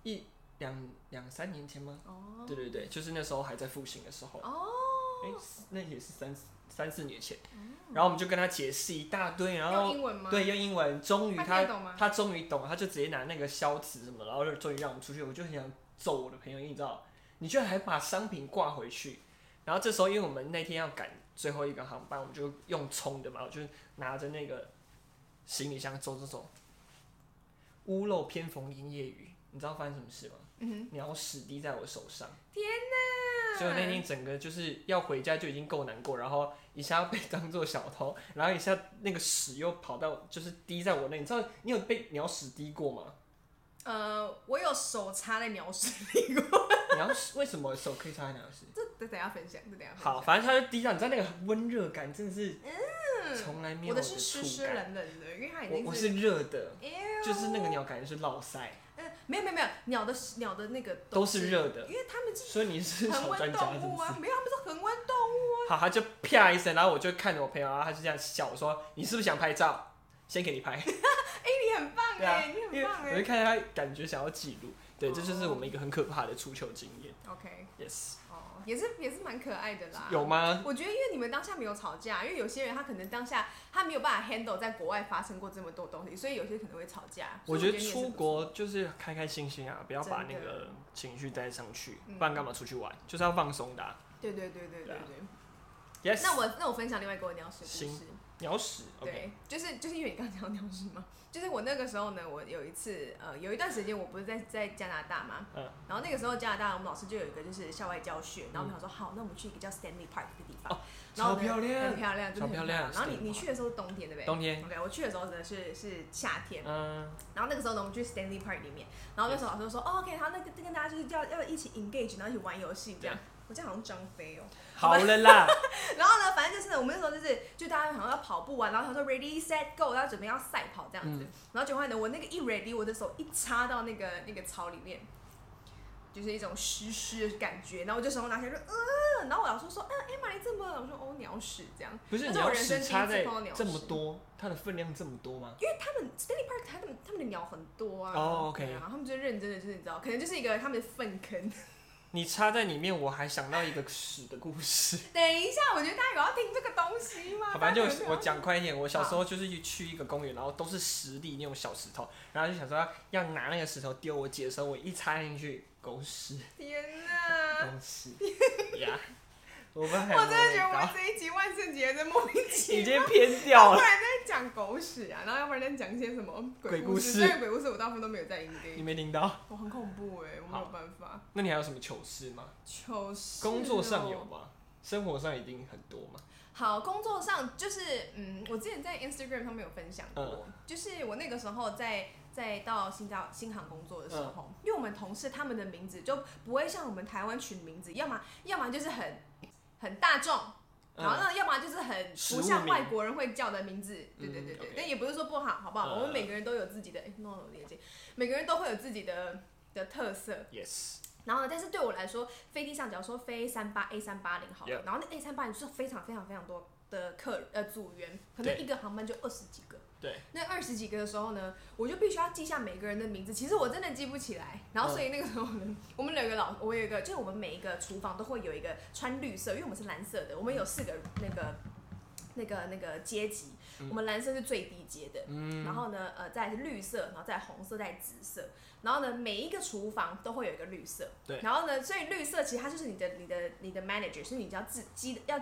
S1: 一两两三年前吗？
S2: 哦
S1: 对对对，就是那时候还在复兴的时候，哎、
S2: 哦，
S1: 那也是三三四年前。然后我们就跟他解释一大堆，然
S2: 哦用
S1: 后
S2: 英文吗？，
S1: 对用英文，终于
S2: 他
S1: 他
S2: 听得懂吗？
S1: 他终于懂了，他就直接拿那个消磁什么，然后就终于让我们出去。我就很想揍我的朋友，因为你知道，你居然还把商品挂回去。然后这时候，因为我们那天要赶最后一个航班，我们就用冲的嘛，我就拿着那个行李箱走走走。屋漏偏逢连夜雨，你知道发生什么事吗？
S2: 嗯
S1: 鸟屎滴在我手上，
S2: 哼，
S1: 所以我那天整个就是要回家就已经够难过，然后一下被当做小偷，然后一下那个屎又跑到就是滴在我那，你知道你有被鸟屎滴过吗？ (laughs)
S2: 呃，我有手插在鸟屎里过，
S1: 鸟屎为什么手可以插在鸟屎？
S2: (laughs) 这这等一下分享，这等一下分享。
S1: 好，反正它就滴到，你知道那个温热感真的是从来没有
S2: 嗯我的是湿
S1: 触
S2: 湿
S1: 感。
S2: 冷冷的，因为它已
S1: 我
S2: 经
S1: 我是热的，
S2: Ew
S1: 就是那个鸟感觉是落腮，
S2: 嗯，没有没有没有，鸟的鸟的那个
S1: 都是热
S2: 的
S1: 的，
S2: 因为它们是
S1: 所以你 (laughs) 是
S2: 恒
S1: 小专
S2: 温啊
S1: 家是
S2: 动
S1: 不
S2: 物
S1: 是
S2: 啊？，没有，它们是恒温动物。
S1: 好，他就啪一声，然后我就看着我朋友，然后他就这样笑，我说你是不是想拍照？先给你拍。
S2: 哎，你很棒
S1: 对啊
S2: 哎，你
S1: 因
S2: 很
S1: 为
S2: 棒
S1: 我就
S2: 哎。
S1: 看他感觉想要记录，对，
S2: 哦
S1: 这就是我们一个很可怕的出糗经验。
S2: OK，
S1: Yes，
S2: 哦，也是也是蛮可爱的啦。
S1: 有吗？
S2: 我觉得，因为你们当下没有吵架，因为有些人他可能当下他没有办法 handle 在国外发生过这么多东西，所以有些可能会吵架。所
S1: 我
S2: 以
S1: 觉
S2: 我觉得
S1: 得
S2: 你也
S1: 出
S2: 是不错，
S1: 国就是开开心心啊，不要把
S2: 真
S1: 那
S2: 的
S1: 个情绪带上去，
S2: 嗯
S1: 不然干嘛出去玩？就是要放松的啊。
S2: 对对对对对
S1: 对啊
S2: 对。
S1: Yes，
S2: 那我那我分享另外一个我鸟屎故
S1: 行
S2: 事，
S1: 鸟屎，OK，
S2: 对，就是就是因为你刚刚讲到鸟屎嘛，就是我那个时候呢，我有一次呃有一段时间我不是在在加拿大嘛，
S1: 嗯
S2: 然后那个时候加拿大我们老师就有一个就是校外教学，然后我们想说好，那我们去一个叫 Stanley Park 的地方，
S1: 哦
S2: 然后
S1: 超
S2: 呢
S1: 漂
S2: 很
S1: 亮，
S2: 漂亮，真的很
S1: 超漂亮
S2: 然后你
S1: Stanley
S2: 你
S1: Park
S2: 去的时候是冬天对不对？
S1: 冬天，
S2: OK，我去的时候呢是是夏天，
S1: 嗯，
S2: 然后那个时候呢，我们去 Stanley Park 里面，然后那时候老师就说、哦、，OK，好，那跟跟大家就是要要一起 engage，然后一起玩游戏这样。我这样好像张飞哦。
S1: 好
S2: (laughs)
S1: 了啦，
S2: 然后呢，反正就是呢，我们那时候就是就大家好像要跑步啊，然后他说 ready set go，然后准备要赛跑这样
S1: 嗯
S2: 子。然后结果呢，我那个一 ready，我的手一插到那个那个草里面，就是一种湿湿的感觉。然后我就手拿起来就呃，然后我老师说，嗯、艾玛你这么，我说哦鸟屎这样。
S1: 不是
S2: 那是我
S1: 鸟
S2: 人生
S1: 屎
S2: 第一次
S1: 差在
S2: 碰到鸟
S1: 这么
S2: 屎
S1: 多，它的分量这么多吗？
S2: 因为他们 Stanley Park 他们他们的鸟很多啊，
S1: 哦，OK
S2: 对啊他们就认真的就是你知道，可能就是一个他们的粪坑。 (laughs)
S1: 你插在里面，我还想到一个屎的故事。
S2: 等一下，我觉得大家有要听这个东西吗？
S1: 好，反正
S2: 大家
S1: 就
S2: 有
S1: 我
S2: 要
S1: 讲快一点。我小时候就是去一个公园，然后都是石砾那种小石头，然后就想说要拿那个石头丢我姐的时候，我一插进去，狗屎，
S2: 啊天哪！(laughs)
S1: 狗屎呀！我们还
S2: 我真的觉得我们
S1: 搞，
S2: 这一集万圣节在莫名其
S1: 已
S2: 妙，
S1: 经偏
S2: 要
S1: 掉
S2: 不
S1: 了。
S2: 然在讲狗屎啊，然后要不然在讲一些什么
S1: 鬼
S2: 故
S1: 故
S2: 事。
S1: 事
S2: 所以鬼故事我大部分都没有在
S1: 你
S2: engage，
S1: 没听到？
S2: 我很恐怖哎、我没有
S1: 好
S2: 办法。
S1: 那你还有什么糗事吗？
S2: 糗事、哦
S1: 工作上有。吗？生活上一定很多嘛。
S2: 好，工作上就是嗯，我之前在 Instagram 上面有分享
S1: 嗯
S2: 过，就是我那个时候在在到新加新航工作的时候，
S1: 嗯
S2: 因为我们同事他们的名字就不会像我们台湾取的名字，要么要么就是很很大众，然后
S1: 嗯，
S2: 呢，要么就是很
S1: 食
S2: 不
S1: 物
S2: 像
S1: 名
S2: 外国人会叫的名字，对对对对，
S1: 嗯，OK
S2: 但也不是说不好，好不好？
S1: 嗯
S2: 我们每个人都有自己的，哎、弄了我的眼睛，每个人都会有自己的的特色。
S1: Yes，
S2: 然后呢，但是对我来说，飞机上假如说飞三八 A 三八零好了
S1: Yeah
S2: 然后那 A 三八零是非常非常非常多的客呃组员，可能
S1: 对
S2: 一个航班就二十几个。
S1: 对，
S2: 那二十几个的时候呢，我就必须要记下每个人的名字。其实我真的记不起来，然
S1: 嗯
S2: 后所以那个时候呢， (laughs) 我们有一个老，我有一个，就是我们每一个厨房都会有一个穿绿色，因为我们是蓝色的，我们有四个那个那个那个阶级，
S1: 嗯
S2: 我们蓝色是最低阶的，然后呢，呃，再来是绿色，然后再来红色，再来紫色，然后呢，每一个厨房都会有一个绿色，
S1: 对
S2: 然后呢，所以绿色其实它就是你的你的你的 manager，是你要自记得要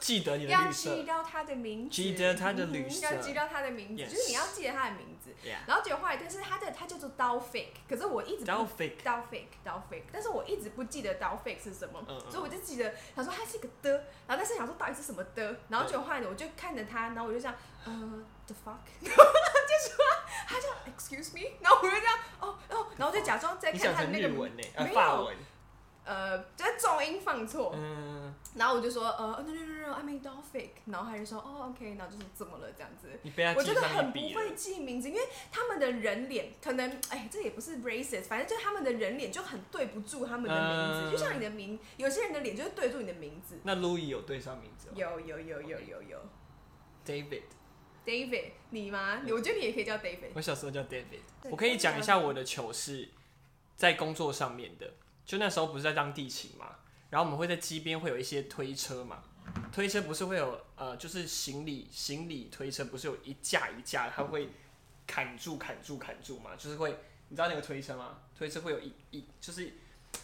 S1: 记得你的
S2: 要
S1: 绿
S2: 记
S1: 色。
S2: 到他的名字，
S1: 记得他的绿
S2: 嗯
S1: 色
S2: 要记到他的名字
S1: Yes
S2: 就是你要记得他的名字。
S1: Yeah，
S2: 然后结果后来，但是他的他叫做 Doll Fake，可是我一直不
S1: Doll fake
S2: Doll Fake Doll Fake，但是我一直不记得 Doll Fake 是什么，
S1: 嗯嗯
S2: 所以我就记得想说它是一个的，然后但是想说到底是什么的，然后结果后来呢，我就看着他，然后我就这样，呃，the fuck，然 (laughs) 后他就说他就 excuse me，然后我就这样，哦哦，然后就假装在
S1: 你
S2: 看
S1: 想
S2: 他的
S1: 成
S2: 那个
S1: 日文呢？啊
S2: 没，有
S1: 法文。
S2: 呃，就是重音放错，
S1: 嗯，
S2: 然后我就说，呃，no no no no，I made doll fake，然后他就说，哦，OK，然后就是怎么了这样子。
S1: 你被他
S2: 我觉
S1: 记
S2: 得
S1: 上
S2: 很
S1: 一
S2: 不
S1: 笔了。
S2: 会记名字，因为他们的人脸可能，哎，这也不是 racist，反正就是他们的人脸就很对不住他们的名字，
S1: 嗯
S2: 就像你的名，有些人的脸就是对住你的名字。
S1: 那 Louis 有对上名字吗
S2: 有有有有有有
S1: ？David，
S2: ，David，你吗？
S1: 嗯
S2: 我觉得你也可以叫 David。
S1: 我小时候叫 David。
S2: 对
S1: 我可以讲一下我的糗事，在工作上面的。就那时候不是在当地勤嘛，然后我们会在机边会有一些推车嘛，推车不是会有呃，就是行李行李推车不是有一架一架，它会砍住砍住砍住嘛，就是会你知道那个推车吗？推车会有一一就是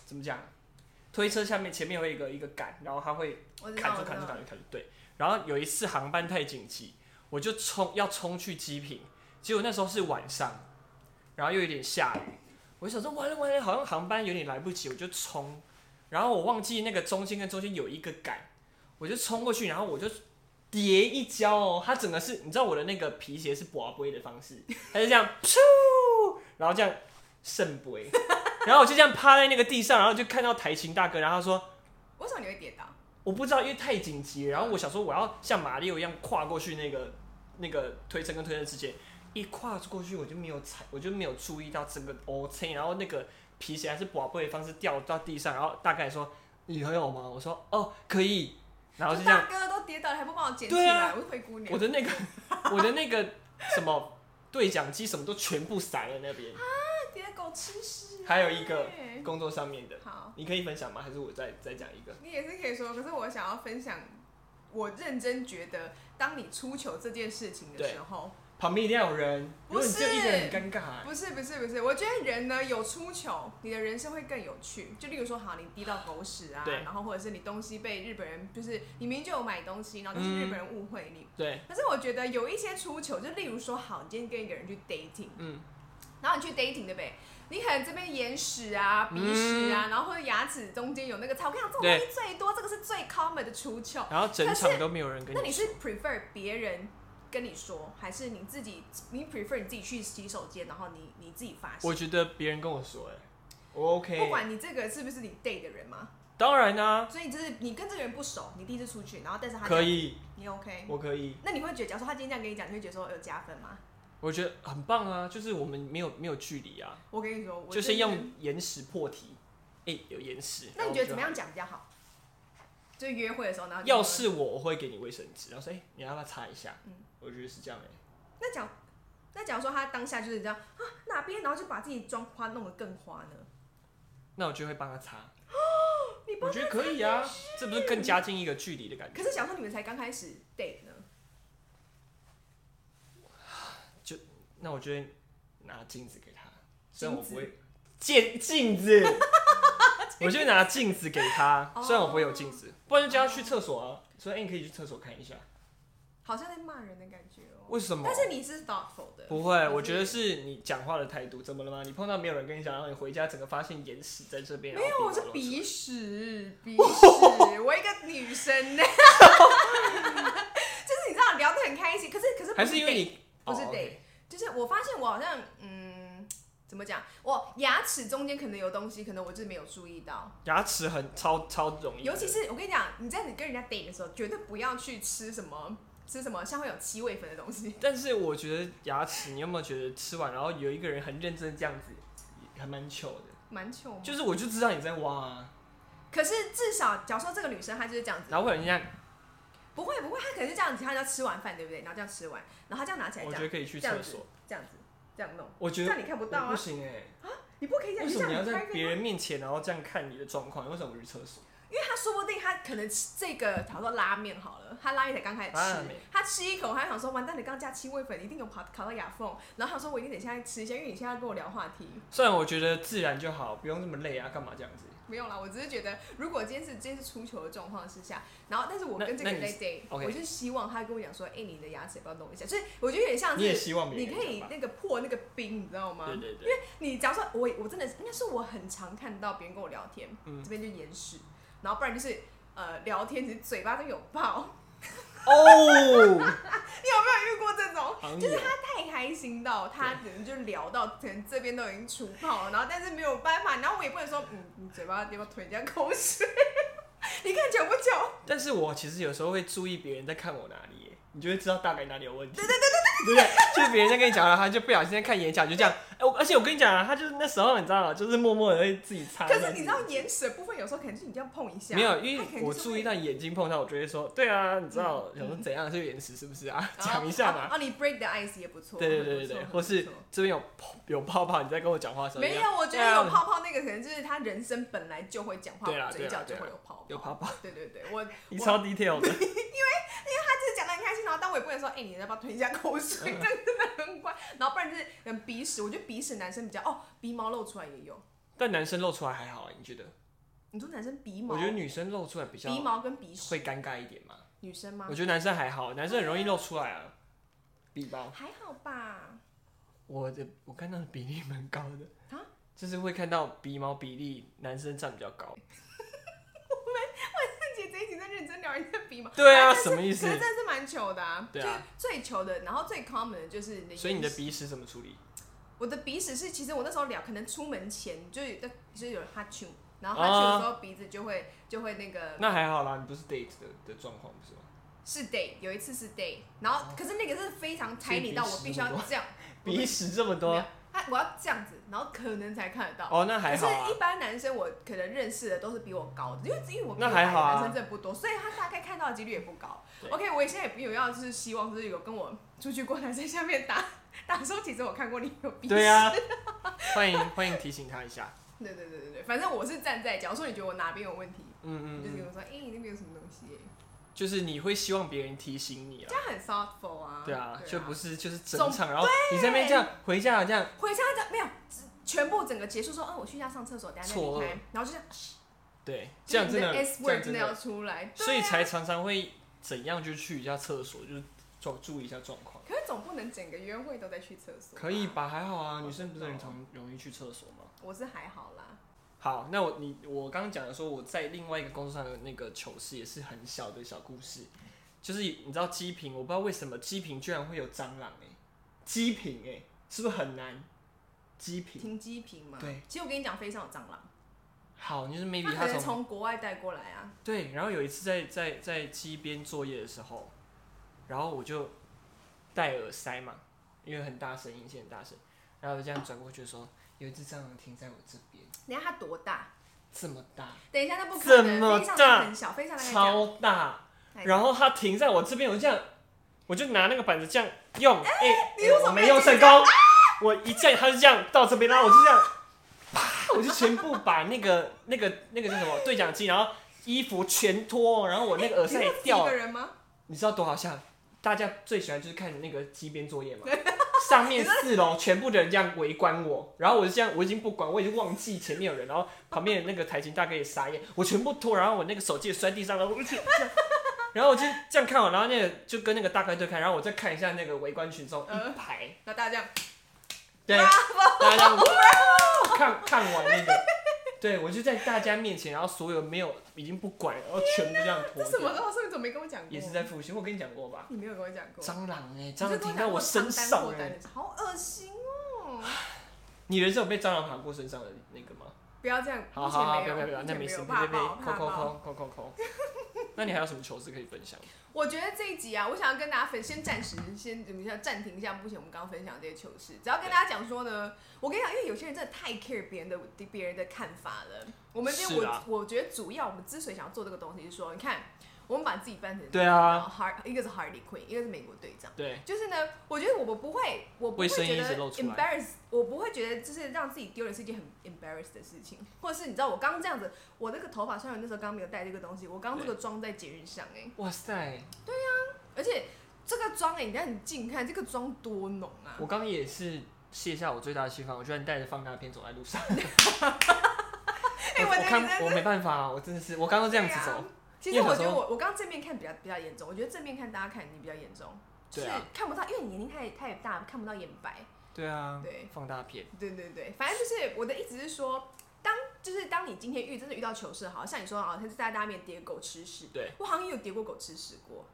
S1: 怎么讲？推车下面前面会有一个一个杆，然后它会
S2: 我知道
S1: 砍，
S2: 我
S1: 住
S2: 知
S1: 砍住
S2: 道
S1: 砍。住砍住，对。然后有一次航班太紧急，我就冲要冲去机坪，结果那时候是晚上，然后又有点下雨，我就想说完了完了，好像航班有点来不及，我就冲，然后我忘记那个中间跟中间有一个杆，我就冲过去，然后我就跌一跤哦，它整个是你知道我的那个皮鞋是拔杯的方式，它是这样噗，然后这样圣杯， (laughs) 然后我就这样趴在那个地上，然后就看到台琴大哥，然后他说。
S2: 我想你会跌倒。
S1: 我不知道，因为太紧急了。然后我想说，我要像马里奥一样跨过去那个那个推车跟推车之间，一跨过去我就没有踩，我就没有注意到整个 O C，然后那个皮鞋还是宝贝的方式掉到地上，然后大概说哦你还有吗？我说哦可以，然后就这样，
S2: 大哥都跌倒了，还不帮我捡起
S1: 对啊
S2: 来，我是灰姑娘。
S1: 我的那个我的那个什么对讲机什么都全部散在那边。
S2: 跌得狗吃屎。
S1: 还有一个
S2: 哎
S1: 工作上面的，
S2: 好。
S1: 你可以分享吗？还是我再再讲一个？
S2: 你也是可以说，可是我想要分享，我认真觉得，当你出糗这件事情的时候，
S1: 旁边一定要有人，如果你只有一个人，
S2: 不
S1: 很尴尬、欸。
S2: 不是不是不是，我觉得人呢有出糗，你的人生会更有趣。就例如说，好，你滴到狗屎啊，
S1: 对
S2: 然后或者是你东西被日本人，就是你明明就有买东西，然后
S1: 嗯
S2: 就是日本人误会你。
S1: 对，
S2: 可是我觉得有一些出糗，就例如说，好，你今天跟一个人去 dating，
S1: 嗯，
S2: 然后你去 dating 对不对？你可能这边眼屎啊、鼻屎
S1: 嗯
S2: 啊，然后或者牙齿中间有那个菜，我跟你讲，这种东西最多，这个是最 common 的出糗。
S1: 然后整
S2: 可
S1: 场
S2: 是
S1: 都没有人跟
S2: 那你
S1: 说
S2: 是 prefer 别人跟你说，还是你自己？你 prefer 你自己去洗手间，然后你你自己发现？
S1: 我觉得别人跟我说、欸，我 OK。
S2: 不管你这个是不是你 date 的人嘛，
S1: 当然啦、
S2: 所以就是你跟这个人不熟，你第一次出去，然后但是他
S1: 可
S2: 这样，
S1: 以，
S2: 你 OK，
S1: 我可以，
S2: 那你会觉得，假如说他今天这样跟你讲，你会觉得说有加分吗？
S1: 我觉得很棒啊，就是我们没有没有距离啊，
S2: 我跟你说，我
S1: 就是
S2: 真的
S1: 用。延时破题。哎、有延时。
S2: 那
S1: 然
S2: 你
S1: 后
S2: 觉得
S1: 就啊
S2: 怎么样讲比较好？就约会的时候，然后就
S1: 要
S2: 说
S1: 是我，我会给你卫生纸，然后说，哎、你要不要擦一下？
S2: 嗯
S1: 我觉得是这样哎、
S2: 那讲，那假如说他当下就是这样啊哪边，然后就把自己妆花弄得更花呢？
S1: 那我就会帮他擦。
S2: (gasps) 你
S1: 我
S2: 不，
S1: 觉得可以啊，这不是更加近一个距离的感觉？
S2: 可是假如说你们才刚开始 date 呢？
S1: 那我觉得拿镜子给他，虽然我不
S2: 镜
S1: 会借
S2: (laughs)
S1: 镜子，我就拿镜子给他，虽然我不会有镜
S2: 哦
S1: 子，不然就叫他去厕所啊。所以、哎，你可以去厕所看一下，
S2: 好像在骂人的感觉哦、
S1: 为什么
S2: 但？是嗯你是 thoughtful 的，
S1: 不会，我觉得是你讲话的态度，怎么了吗？你碰到没有人跟你讲，然后你回家整个发现眼屎在这边，
S2: 没有，我
S1: 我
S2: 是鼻屎，鼻
S1: (laughs)
S2: 屎，我一个女生呢， (laughs) 就是你知道聊得很开心，可是可是不
S1: 还是因为
S2: date，
S1: 你
S2: 不是
S1: 哦
S2: date，、
S1: ，OK
S2: 就是我发现我好像嗯，怎么讲，我牙齿中间可能有东西，可能我就是没有注意到，
S1: 牙齿很超超容易的，
S2: 尤其是我跟你讲，你在你跟人家 date 的时候，绝对不要去吃什么吃什么像会有七味粉的东西，
S1: 但是我觉得牙齿，你有没有觉得吃完，然后有一个人很认真这样子，还蛮糗的。
S2: 蛮糗吗。
S1: 就是我就知道你在挖、啊，
S2: 可是至少假如说这个女生她就是这样子，
S1: 然后会有人这样，
S2: 不会不会，她可能是这样子，她要吃完饭对不对？然后这样吃完，然后她这样拿起来
S1: 我
S2: 这样
S1: 觉得可以去
S2: 这样
S1: 厕
S2: 子
S1: 所。
S2: 这样子这样弄。
S1: 我觉
S2: 这
S1: 得
S2: 样你看不
S1: 我
S2: 到
S1: 不
S2: 啊，
S1: 行哎、
S2: 你不可以这样。
S1: 为什么你要
S2: 这样很
S1: 在
S2: 啊 private
S1: 别
S2: 吗？
S1: 人面前，然后这样看你的状况？为什么不去厕所？
S2: 因为他说不定他可能吃这个，假如说拉面好了，他拉面才刚开始
S1: 拉
S2: 吃
S1: 面，
S2: 他吃一口，他想说完蛋，你刚加七味粉，一定有跑烤到牙缝。然后他说我一定得现在吃一下，因为你现在要跟我聊话题。
S1: 虽然我觉得自然就好，不用那么累啊，干嘛这样子？
S2: 没有啦，我只是觉得，如果今天是今天是出球的状况之下，然后但是我
S1: 那
S2: 跟这个
S1: 那
S2: 人在
S1: 你是
S2: date，
S1: OK
S2: 我就希望他跟我讲说，哎、你的牙齿要不要弄一下？就是我觉得有点像
S1: 你也
S2: 啊是，
S1: 希望别
S2: 你
S1: 人
S2: 可以
S1: 讲吧
S2: 那个破那个冰，你知道吗？
S1: 对对对，
S2: 你假如说我我真的是应该是我很常看到别人跟我聊天，
S1: 嗯
S2: 这边就掩饰，然后不然就是呃聊天，只是嘴巴都有泡。
S1: 哦，
S2: 你有没有遇过这种？
S1: 好
S2: (laughs)
S1: 像
S2: 就是
S1: 有
S2: 他太开心到他可能就聊到可能这边都已经出泡了，然后但是没有办法，然后我也不能说嗯你嘴巴要不要吞人家口水， (laughs) 你看久不久？
S1: 但是我其实有时候会注意别人在看我哪里耶，你就会知道大概哪里有问题。对对对对对，对不对？就是别人在跟你讲了，他就不小心在看眼角，就这样。哎、我而且我跟你讲啊，他就是那时候你知道吗？就是默默的会自己 (laughs) 擦。
S2: 可是你知道眼屎的部分有时候可能是你这样碰一下，
S1: 没有？因
S2: 他可能
S1: 为
S2: 就
S1: 我
S2: 是
S1: 注意
S2: 会哦
S1: 到眼睛碰到，我就会说，对啊，你知道，
S2: 嗯
S1: 想说怎样是眼屎是不是啊？
S2: 哦
S1: (laughs) 讲一下
S2: 哦
S1: 嘛。
S2: 哦，你 break the ice 也不错。
S1: 对对
S2: 很
S1: 对
S2: 不
S1: 对
S2: 错
S1: 对，
S2: 很
S1: 或
S2: 不
S1: 是
S2: 错
S1: 这边有泡有泡泡，你在跟我讲话的时候
S2: 没
S1: 一
S2: 有，
S1: 样
S2: 我觉
S1: 对
S2: 得
S1: 啊
S2: 有泡泡那个可能就是他人生本来就会讲话，
S1: 对啊对
S2: 嘴
S1: 啊
S2: 角就
S1: 对啊
S2: 会有泡泡。
S1: 有泡泡，
S2: 对对对，我
S1: 你
S2: 我
S1: 超 detail 的。
S2: 他只是讲的很开心，然后但我也不能说，哎、你要不要吞一下口
S1: (laughs)
S2: 水？这样真的很怪。然后不然就是嗯鼻屎，我觉得鼻屎男生比较哦，鼻毛露出来也有。
S1: 但男生露出来还好啊，你觉得？
S2: 你说男生鼻毛？
S1: 我觉得女生露出来比较
S2: 鼻毛跟鼻屎，
S1: 会尴尬一点嘛。
S2: 女生吗
S1: 我？觉得男生还好，男生很容易露出来啊。比包，
S2: 还好吧。
S1: 我的我看到的比例蛮高的
S2: 啊
S1: 就是会看到鼻毛比例男生占比较高。
S2: 哎但姐这一集在认真聊人家鼻毛，
S1: 对啊，
S2: 哎可是
S1: 什么意
S2: 可
S1: 思
S2: 是真？的是蛮糗的啊，
S1: 对啊
S2: 就是最糗的，然后最 common 的就是你的
S1: 所以你的
S2: 眼屎
S1: 鼻屎怎么处理？
S2: 我的鼻屎是，其实我那时候聊，可能出门前就有就是有人哈啾，然后哈
S1: 啊
S2: 啾的时候鼻子就会就会那个
S1: 那还好啦，你不是 date 的的状况不是 (laughs) 吗？
S2: 是 day，有一次是 day，然后可是那个是非常
S1: 哦所以
S2: tiny 到我
S1: 鼻
S2: 必
S1: 屎
S2: 须
S1: 这么
S2: 要这样，我没
S1: 多 (laughs) 鼻屎这么
S2: 有
S1: 多，
S2: 他我要这样子，然后可能才看得到。
S1: 哦，那
S2: 可
S1: 还
S2: 是
S1: 好啊，
S2: 一。般男生我可能认识的都是比我高的，因为因为我比
S1: 那
S2: 我矮
S1: 还
S2: 的
S1: 好啊
S2: 男生真的不多，所以他大概看到的几率也不高
S1: 对。
S2: OK，我现在也没有要就是希望就是有跟我出去过男生下面打 (laughs) 打说，其实我看过你有鼻屎。
S1: 对啊，欢迎欢迎提醒他
S2: (laughs)
S1: 一下。
S2: 对对对对对，反正我是站在，假如说你觉得我哪边有问题，
S1: 嗯
S2: 你
S1: 嗯
S2: 就是跟
S1: 嗯，
S2: 我说，哎、你那边有什么东西、
S1: 就就是你会希望别人提醒你
S2: 这
S1: 啦。
S2: 样很 thoughtful 啊。
S1: 对啊，就不
S2: 是
S1: 是就是整
S2: 总
S1: 场，然后你在那边这样回家这样，
S2: 回家这没有，只全部整个结束说，哦，我去一下上厕所，等下再离
S1: 错愕
S2: 开，然后就这样，
S1: 对，这样真
S2: 你
S1: 的，
S2: 的 S
S1: 这
S2: word
S1: 样
S2: 真
S1: 真
S2: 的要
S1: 的，
S2: 出来。啊
S1: 所以才常常会怎样就去一下厕所，就是注注意一下状况。
S2: 可是总不能整个约会都在去厕所。
S1: 可以？吧？还好啊，女生不是
S2: 我
S1: 很
S2: 知道
S1: 常容易去厕所吗？
S2: 我是还好啦。
S1: 好，那我你我刚刚讲的说我在另外一个工作上的那个糗事也是很小的小故事，就是你知道鸡瓶，我不知道为什么鸡瓶居然会有蟑螂哎、鸡瓶哎、是不是很难？鸡瓶
S2: 停机坪嘛。
S1: 对。
S2: 其实我跟你讲，飞上有蟑螂，
S1: 好，就是 maybe
S2: 它可
S1: 它
S2: 能
S1: 从
S2: 从国外带过来啊。
S1: 对，然后有一次在在在鸡边作业的时候，然后我就戴耳塞嘛，因为很大声，音线很大声，然后我就这样转过去说，有一只蟑螂停在我这边，
S2: 等一下它多大？
S1: 这么大，
S2: 等一下，那不可
S1: 这么
S2: 能。飞上
S1: 大
S2: 它很小，飞上大概这样
S1: 超
S2: 大
S1: 大。
S2: 概这样
S1: 然后它停在我这边，我就这样，我就拿那个板子这样用，哎、
S2: 你为什么
S1: 我
S2: 没
S1: 没
S2: 有啊
S1: 用成功，我一这样它就这样到这边，然后我就这样，啪，我就全部把那个那个那个叫什么对讲机，然后衣服全脱，然后我那个耳塞
S2: 你
S1: 也
S2: 是
S1: 掉
S2: 几
S1: 了
S2: 个，人吗？
S1: 你知道多好笑？大家最喜欢就是看那个机边作
S2: (laughs)
S1: 业嘛，上面四楼全部的人这样围观我，然后我就这样，我已经不管，我已经忘记前面有人，然后旁边的那个台琴大哥也傻眼，我全部脱，然后我那个手机也摔地上了，我就这样，然后我就这样看完，然后那个就跟那个大哥对看，然后我再看一下那个围观群众
S2: 呃
S1: 一排，
S2: 那大家这样 (laughs)
S1: 对，大家这样哇看看完那个，对我就在大家面前，然后所有没有已经不管，然后全部这样脱
S2: 这什么哦
S1: 掉，
S2: 东西？你怎么没跟我讲过？
S1: 也是在复习，我跟你讲过吧。
S2: 你没有跟我讲过。
S1: 蟑螂哎、欸，
S2: 你
S1: 蟑
S2: 就
S1: 螂
S2: 跟
S1: 停
S2: 我
S1: 在
S2: 讲
S1: 我
S2: 过
S1: 身上
S2: 床
S1: 哎、
S2: 单破单好恶心哦！
S1: 你人生有被蟑螂爬过身上的那个吗？
S2: 不要这样，
S1: 好好好，
S2: 目前
S1: 不要不
S2: 没有，
S1: 要不要，
S2: 目
S1: 那
S2: 前
S1: 没
S2: 有
S1: 事，别
S2: 怕
S1: 别别，
S2: 爆
S1: 扣
S2: 怕
S1: 扣
S2: 爆。(laughs)
S1: 扣扣扣扣。那你还有什么糗事可以分享？
S2: 我觉得这一集啊，我想要跟大家分，先暂时先怎么样暂停一下，目前我们刚刚分享的这些糗事，只要跟大家讲说呢，我跟你讲，因为有些人真的太 care 别人的别人的看法了。我们今天
S1: 是
S2: 我、
S1: 啊
S2: 我觉得主要我们之所以想要做这个东西，是说你看我们把自己扮成
S1: 对啊，
S2: ，Hard 一个是 Harley Quinn，一个是美国队长。
S1: 对，
S2: 就是呢，我觉得我们不会，我不
S1: 卫
S2: 会
S1: 生
S2: 觉
S1: 衣
S2: 得
S1: 是露出来
S2: embarrass，我不会觉得就是让自己丢脸是一件很 embarrass 的事情，或者是你知道我刚刚这样子，我那个头发虽然我那时候刚没有戴这个东西，我刚刚这个妆在节日上哎、
S1: 哇塞，
S2: 而且这个妆哎、你看你近看这个妆多浓啊
S1: 我，刚刚也是卸下我最大的心防，我居然带着放大片走在路上。 (laughs)
S2: 哎、
S1: 我
S2: 我觉
S1: 我
S2: 得你
S1: 看
S2: 真
S1: 我
S2: 的
S1: 没办法、啊我真的是我刚刚这样子
S2: 对
S1: 走
S2: 啊，其
S1: 因
S2: 实
S1: 为有
S2: 我
S1: 时
S2: 觉得
S1: 候
S2: 我我刚刚正面看比较比较严重，我觉得正面看大家看你比较严重，就
S1: 对
S2: 是
S1: 啊
S2: 看不到，因为你眼睛太太大，看不到眼白。
S1: 对啊，
S2: 对
S1: 放大片，
S2: 对对对，反正就是我的意思是说，当就是当你今天遇真的遇到糗事，好像你说啊，他是在大家面前跌狗吃屎，
S1: 对。
S2: 我好像也有跌过狗吃屎过。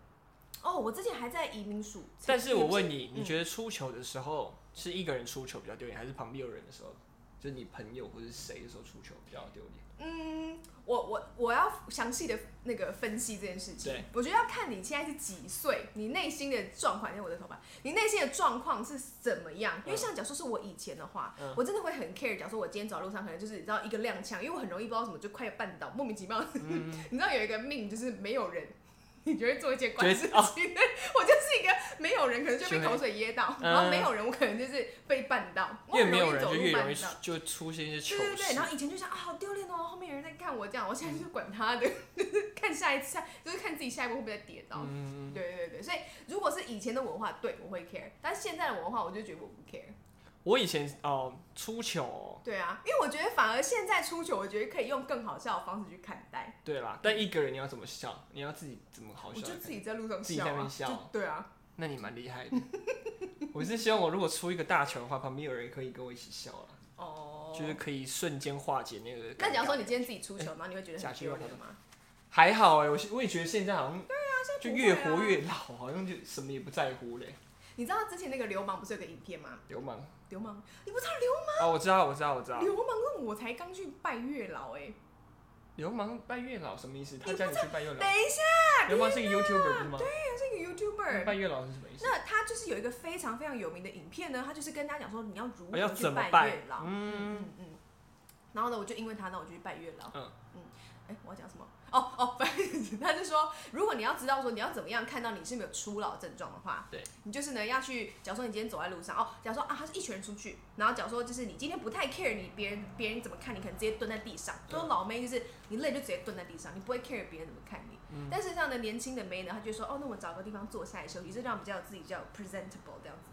S2: 哦，我之前还在移民署，
S1: 但是我问你，
S2: 嗯
S1: 你觉得出糗的时候是一个人出糗比较丢脸，还是旁边有人的时候，就是你朋友或者谁的时候出糗比较丢脸？
S2: 嗯，我我我要详细的那个分析这件事情
S1: 对。
S2: 我觉得要看你现在是几岁，你内心的状况，因为我的头发，你内心的状况是怎么样？因为
S1: 嗯
S2: 像假如说是我以前的话，
S1: 嗯
S2: 我真的会很 care。假如说我今天走在路上，可能就是你知道一个踉跄，因为我很容易不知道什么就快绊倒，莫名其妙。
S1: 嗯
S2: (laughs) 你知道有一个命就是没有人。你就会做一件怪
S1: 觉得
S2: 事情，(laughs)
S1: 哦
S2: 我就是一个没有人，可能就被
S1: 就会
S2: 口水噎到，
S1: 嗯
S2: 然后没有人，我可能就是被绊到，我
S1: 越
S2: 很
S1: 没
S2: 容易
S1: 有人
S2: 走
S1: 就
S2: 路
S1: 越容易
S2: 绊
S1: 出
S2: 倒。
S1: 就出现一些糗
S2: 对对对，
S1: 事
S2: 然。后以前就想啊，好丢脸哦，后面有人在看我这样，我现在就是管他的， (laughs) 就是看下一次下，就是看自己下一步会不会再跌倒。
S1: 嗯，
S2: 对对对，所以如果是以前的文化，对我会 care，但是现在的文化，我就觉得我不 care。
S1: 我以前哦、出糗哦、
S2: 对啊，因为我觉得反而现在出糗，我觉得可以用更好笑的方式去看待，
S1: 对啦，但一个人你要怎么笑？你要自己怎么好
S2: 我
S1: 笑？
S2: 就自己在路上
S1: 自己在
S2: 笑
S1: 那边
S2: 啊，
S1: 笑
S2: 就对啊，
S1: 那你蛮厉害的。我是希望我如果出一个大糗的话，旁边有人可以跟我一起笑啦，
S2: 哦，
S1: 就是可以瞬间化解那个尴尬。
S2: 那假如说你今天自己出糗，然后你会觉得
S1: 假
S2: 很
S1: 期
S2: 丢
S1: 又
S2: 脸
S1: 好
S2: 吗？
S1: 还好哎、我我也觉得现在好像就越
S2: 不会啊
S1: 活越老，好像就什么也不在乎嘞、
S2: 你知道之前那个流氓不是有个影片吗？
S1: 流氓
S2: 流氓，
S1: 啊
S2: 你不知道流
S1: 哦，我知道，我知道，我知道。
S2: 流氓是我才刚去拜月老哎、
S1: 流氓拜月老什么意思？他
S2: 你不
S1: 叫你去拜月老
S2: 等。一下，
S1: 流氓是一个 YouTuber 不是吗？
S2: 这个 YouTuber
S1: 拜月老是什么意思？
S2: 那他就是有一个非常非常有名的影片呢，他就是跟大家讲说你要如
S1: 我哎要
S2: 何去
S1: 怎么
S2: 拜
S1: 拜
S2: 月？老。嗯
S1: 嗯，
S2: 嗯嗯。然后呢，我就因为他，那我就去拜月老。
S1: 嗯
S2: 嗯。哎、我要讲什么？哦哦，反正他就说，如果你要知道说你要怎么样看到你是没有初老症状的话，
S1: 对，
S2: 你就是呢要去，假如说你今天走在路上，哦，假如说啊他是一群人出去，然后假如说就是你今天不太 care 你别人别人怎么看你，可能直接蹲在地上，
S1: 对
S2: 说老妹就是你累就直接蹲在地上，你不会 care 别人怎么看你。
S1: 嗯
S2: 但是这样的年轻的妹呢，她就说，哦，那我找个地方坐下来休息，就让比较自己比较 presentable 这样子。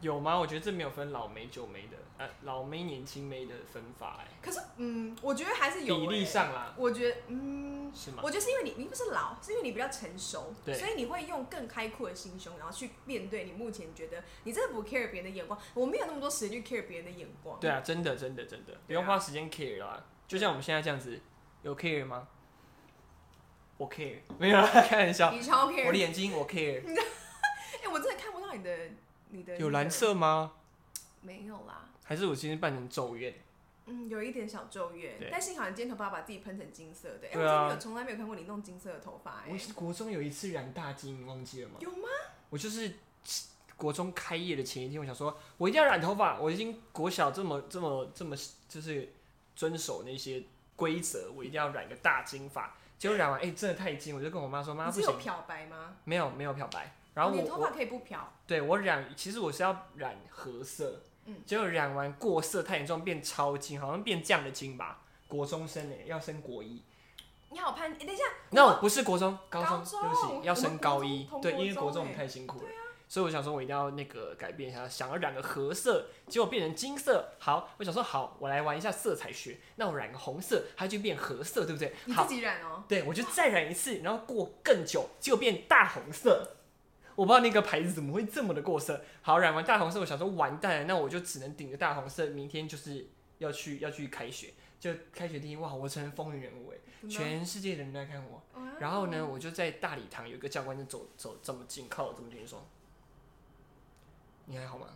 S1: 有吗？我觉得这没有分老梅、旧梅的，呃，老梅、年轻梅的分法、哎，
S2: 可是，嗯，我觉得还是有、
S1: 比例
S2: 欸
S1: 上啦，
S2: 我觉得，嗯，
S1: 是吗？
S2: 我觉得是因为你，你不是老，是因为你比较成熟，
S1: 对
S2: 所以你会用更开阔的心胸，然后去面对你目前觉得你真的不 care 别人的眼光，我没有那么多时间去 care 别人的眼光。
S1: 对啊，真的，真的，真的，不用花时间 care 啦。就像我们现在这样子，有 care 吗？我 care，没有啦，开玩笑。
S2: 你超
S1: 我
S2: care，
S1: 的眼睛我 care，
S2: 哎、我真的看不到你的，你的
S1: 有蓝色吗？
S2: 没有啦？
S1: 还是我今天扮成咒怨？
S2: 嗯，有一点小咒怨
S1: 对，
S2: 但幸好你今天头发把自己喷成金色的，哎、
S1: 对
S2: 我
S1: 啊
S2: 真的有从来没有看过你弄金色的头发、
S1: 我
S2: 哎，
S1: 是国中有一次染大金，你忘记了吗？
S2: 有吗？
S1: 我就是国中开业的前一天，我想说，我一定要染头发。我已经国小这么这么这么就是遵守那些规则，我一定要染个大金发。结果染完，哎、真的太金，我就跟我妈说，妈
S2: 你
S1: 不
S2: 是有
S1: 行，
S2: 漂白吗？哦
S1: 没有没有漂白。然后
S2: 你
S1: 我
S2: 的头
S1: 我
S2: 发可以不漂，
S1: 对我染，其实我是要染褐色，
S2: 嗯
S1: 结果染完过色太严重，变超金，好像变酱的金吧。国中生哎、要升国一，
S2: 你好潘，哎、等一下，
S1: 那我不是国中，高中，
S2: 高中
S1: 对不起，要
S2: 我
S1: 升
S2: 们
S1: 高
S2: 国中
S1: 一
S2: 同，
S1: 对，
S2: 国
S1: 因为国
S2: 中
S1: 中我们
S2: 欸
S1: 太辛苦了，所以我想说我一定要那个改变一下，想要染个褐色，结果变成金色。好，我想说好，我来玩一下色彩学，那我染个红色，它就变褐色，对不对？
S2: 你
S1: 好
S2: 自，己染哦、
S1: 对我就再染一次，然后过更久，结果变大红色。我不知道那个牌子怎么会这么的过色。好，染完大红色，我想说完蛋了，那我就只能顶着大红色，明天就是要去要去开学。就开学第一，哇，我成了风云人物哎，
S2: 真的
S1: 全世界的人都在看我。
S2: 哇
S1: 然后
S2: 哦
S1: 呢，我就在大礼堂有一个教官就走走这么近，靠我这么近说：“你还好吗？”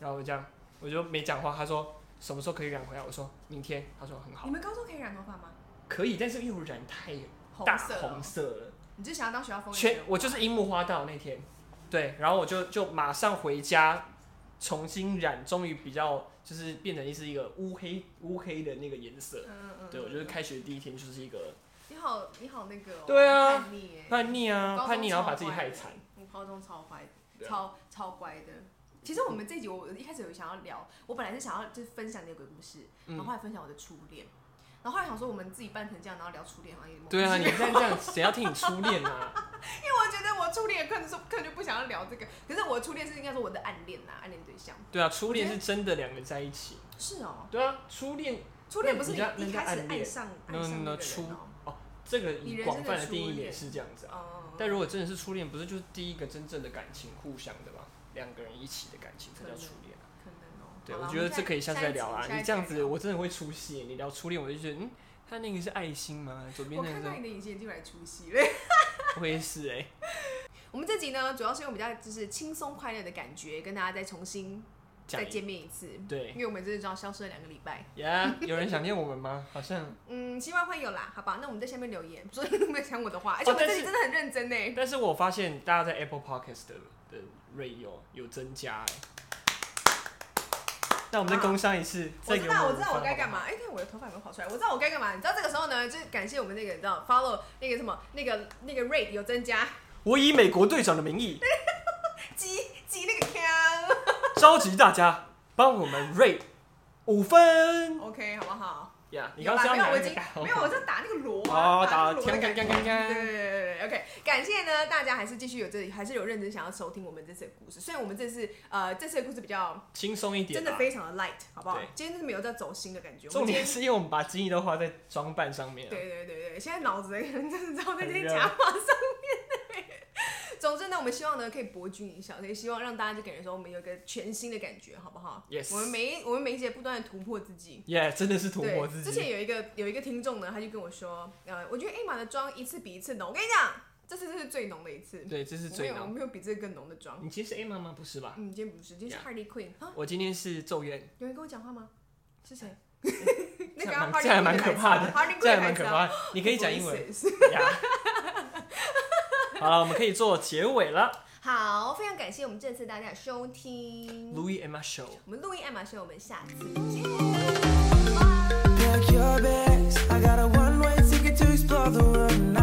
S1: 然后我这样我就没讲话。他说：“什么时候可以染回来？”我说：“明天。”他说：“很好
S2: 你，们高中可以染头发吗？
S1: 可以，但是因为我染太
S2: 红
S1: 大
S2: 色哦、
S1: 红色了，
S2: 你就想要当学校风云
S1: 全
S2: 人物
S1: 我就是樱木花道那天，对，然后我就就马上回家重新染，终于比较就是变成是一个乌黑乌黑的那个颜色。
S2: 嗯嗯，
S1: 对，我就是开学第一天就是一个
S2: 你好，你好那个、哦，
S1: 对啊
S2: 叛逆耶，
S1: 叛逆
S2: 高
S1: 啊，
S2: 中
S1: 叛逆，然后把
S2: 超
S1: 自己
S2: 坏
S1: 害
S2: 的
S1: 惨。
S2: 我高中超乖，
S1: 对啊
S2: 超超乖的。其实我们这一集我一开始有想要聊，我本来是想要就是分享你的鬼故事，然后
S1: 嗯
S2: 后来分享我的初恋，然后后来想说我们自己办成这样，然后聊初恋好像有点莫 (laughs)
S1: 对啊，你
S2: 名其妙
S1: 再这样，谁要听你初恋啊？ (laughs)
S2: 因为我觉得我初恋可能是可能就不想要聊这个，可是我初恋是应该说我的暗恋呐、暗恋对象
S1: 对啊，初恋是真的两个在一起。
S2: 是哦，
S1: 对啊，初恋
S2: 初恋不是
S1: 那人家
S2: 你一
S1: 人家
S2: 开始
S1: 暗恋
S2: 爱上爱
S1: No,
S2: 上
S1: no, no,
S2: 那个人哦，
S1: 这个
S2: 你
S1: 以
S2: 人
S1: 广
S2: 生的
S1: 泛的定
S2: 初
S1: 义也
S2: 恋
S1: 是这样子啊。
S2: 嗯，
S1: 但如果真的是初恋，不是就是第一个真正的感情，互相的嘛，两个人一起的感情才叫初恋啊。
S2: 可能哦，
S1: 对，
S2: 好
S1: 我
S2: 啦
S1: 觉得
S2: 们
S1: 这可以下次再聊啊。
S2: 下一集
S1: 你这
S2: 下
S1: 样
S2: 一集再
S1: 子，
S2: 聊
S1: 我真的会出戏。你聊初恋，我就觉得，嗯，他那个是爱心吗？左边
S2: 我
S1: 那
S2: 看到
S1: 个
S2: 你的隐形眼镜来出戏 (laughs) 了。
S1: 是，我也是哎、
S2: 我们这集呢，主要是用比较就是轻松快乐的感觉，跟大家再重新
S1: 讲
S2: 再
S1: 一
S2: 见面一次。
S1: 对
S2: 因为我们真的知道消失了两个礼拜，
S1: 呀有人想念我们吗？好像，
S2: 嗯，希望会有啦，好吧？那我们在下面留言，说 (laughs) 你有没有想我的话，而且我们
S1: 哦但
S2: 这集
S1: 是
S2: 真的很认真欸呢。
S1: 但是我发现大家在 Apple Podcast 的的 rate 有有增加哎、那我们再工商一次，
S2: 我
S1: 再
S2: 知
S1: 给
S2: 道，
S1: 们
S2: 啊我知道
S1: 五
S2: 我
S1: 分
S2: 该
S1: 好不好
S2: 干嘛。哎、对，我的头发有没有跑出来？我知道我该干嘛。你知道这个时候呢，就是感谢我们那个，你知道 follow 那个什么那个那个 rate 有增加， (laughs)
S1: 我以美国队长的名义 (laughs)
S2: 击击那个枪。
S1: 召集大家帮我们 rate 五分
S2: OK，好不好？
S1: 呀！你
S2: 有
S1: 刚
S2: 啦
S1: 刚是要
S2: 没有，
S1: 拿
S2: 我
S1: 那
S2: 已经
S1: 个哦打
S2: 没有，我在打那个锣啊，
S1: 哦，打
S2: 那个锣的
S1: 锵锵
S2: 感觉
S1: 锵锵
S2: 对
S1: 锵，
S2: 对对对，OK，感谢呢，大家还是继续有这里，还是有认真想要收听我们这次的故事。虽然我们这次呃这次的故事比较
S1: 轻松一点
S2: 真的
S1: 吧。
S2: 非常的 light，好不好
S1: 对？
S2: 今天真的没有在走心的感觉。我
S1: 重
S2: 们今
S1: 点
S2: 天
S1: 是因为我们把精力都花在装扮上面啊。
S2: 对对对对，现在脑子真的知道在这些
S1: 很热
S2: 假话上面的。总之呢，我们希望呢可以博君一笑，也希望让大家就感觉说我们有一个全新的感觉，好不好
S1: Yes
S2: 我们每一我们每一节不断的突破自己。
S1: 耶，真的 (laughs) 是突
S2: 对，
S1: 破自
S2: 之
S1: 己。
S2: 前有一个有一个听众呢，他就跟我说，呃，我觉得艾玛的妆一次比一次浓。我跟你讲，这次是最浓的一次，
S1: 对，这是
S2: 我没
S1: 最
S2: 有我
S1: 难。
S2: 没有比这个更浓的妆。
S1: 你今天是 A 妈吗？不是吧？
S2: 嗯，今天不是，今天是 Harley Quinn 啊！
S1: 我今天是咒怨，
S2: (laughs) 有人跟我讲话吗？是谁？ (laughs) 那
S1: 这
S2: 个
S1: 还
S2: 要
S1: 蛮
S2: Harley
S1: 哎这还蛮
S2: Quinn
S1: 可怕
S2: 台
S1: 的
S2: 词啊，Harley Quinn
S1: 这还蛮
S2: 台词
S1: 可
S2: 啊
S1: 怕的。你可以讲英文呀。 (laughs) 好了，我们可以做结尾了。
S2: (laughs) 好，非常感谢我们这次大家的收听，
S1: Louis Emma Show。
S2: 我们录音爱马仕，我们下次见。
S4: Pack your bags. I got a one-way ticket to Spain. the world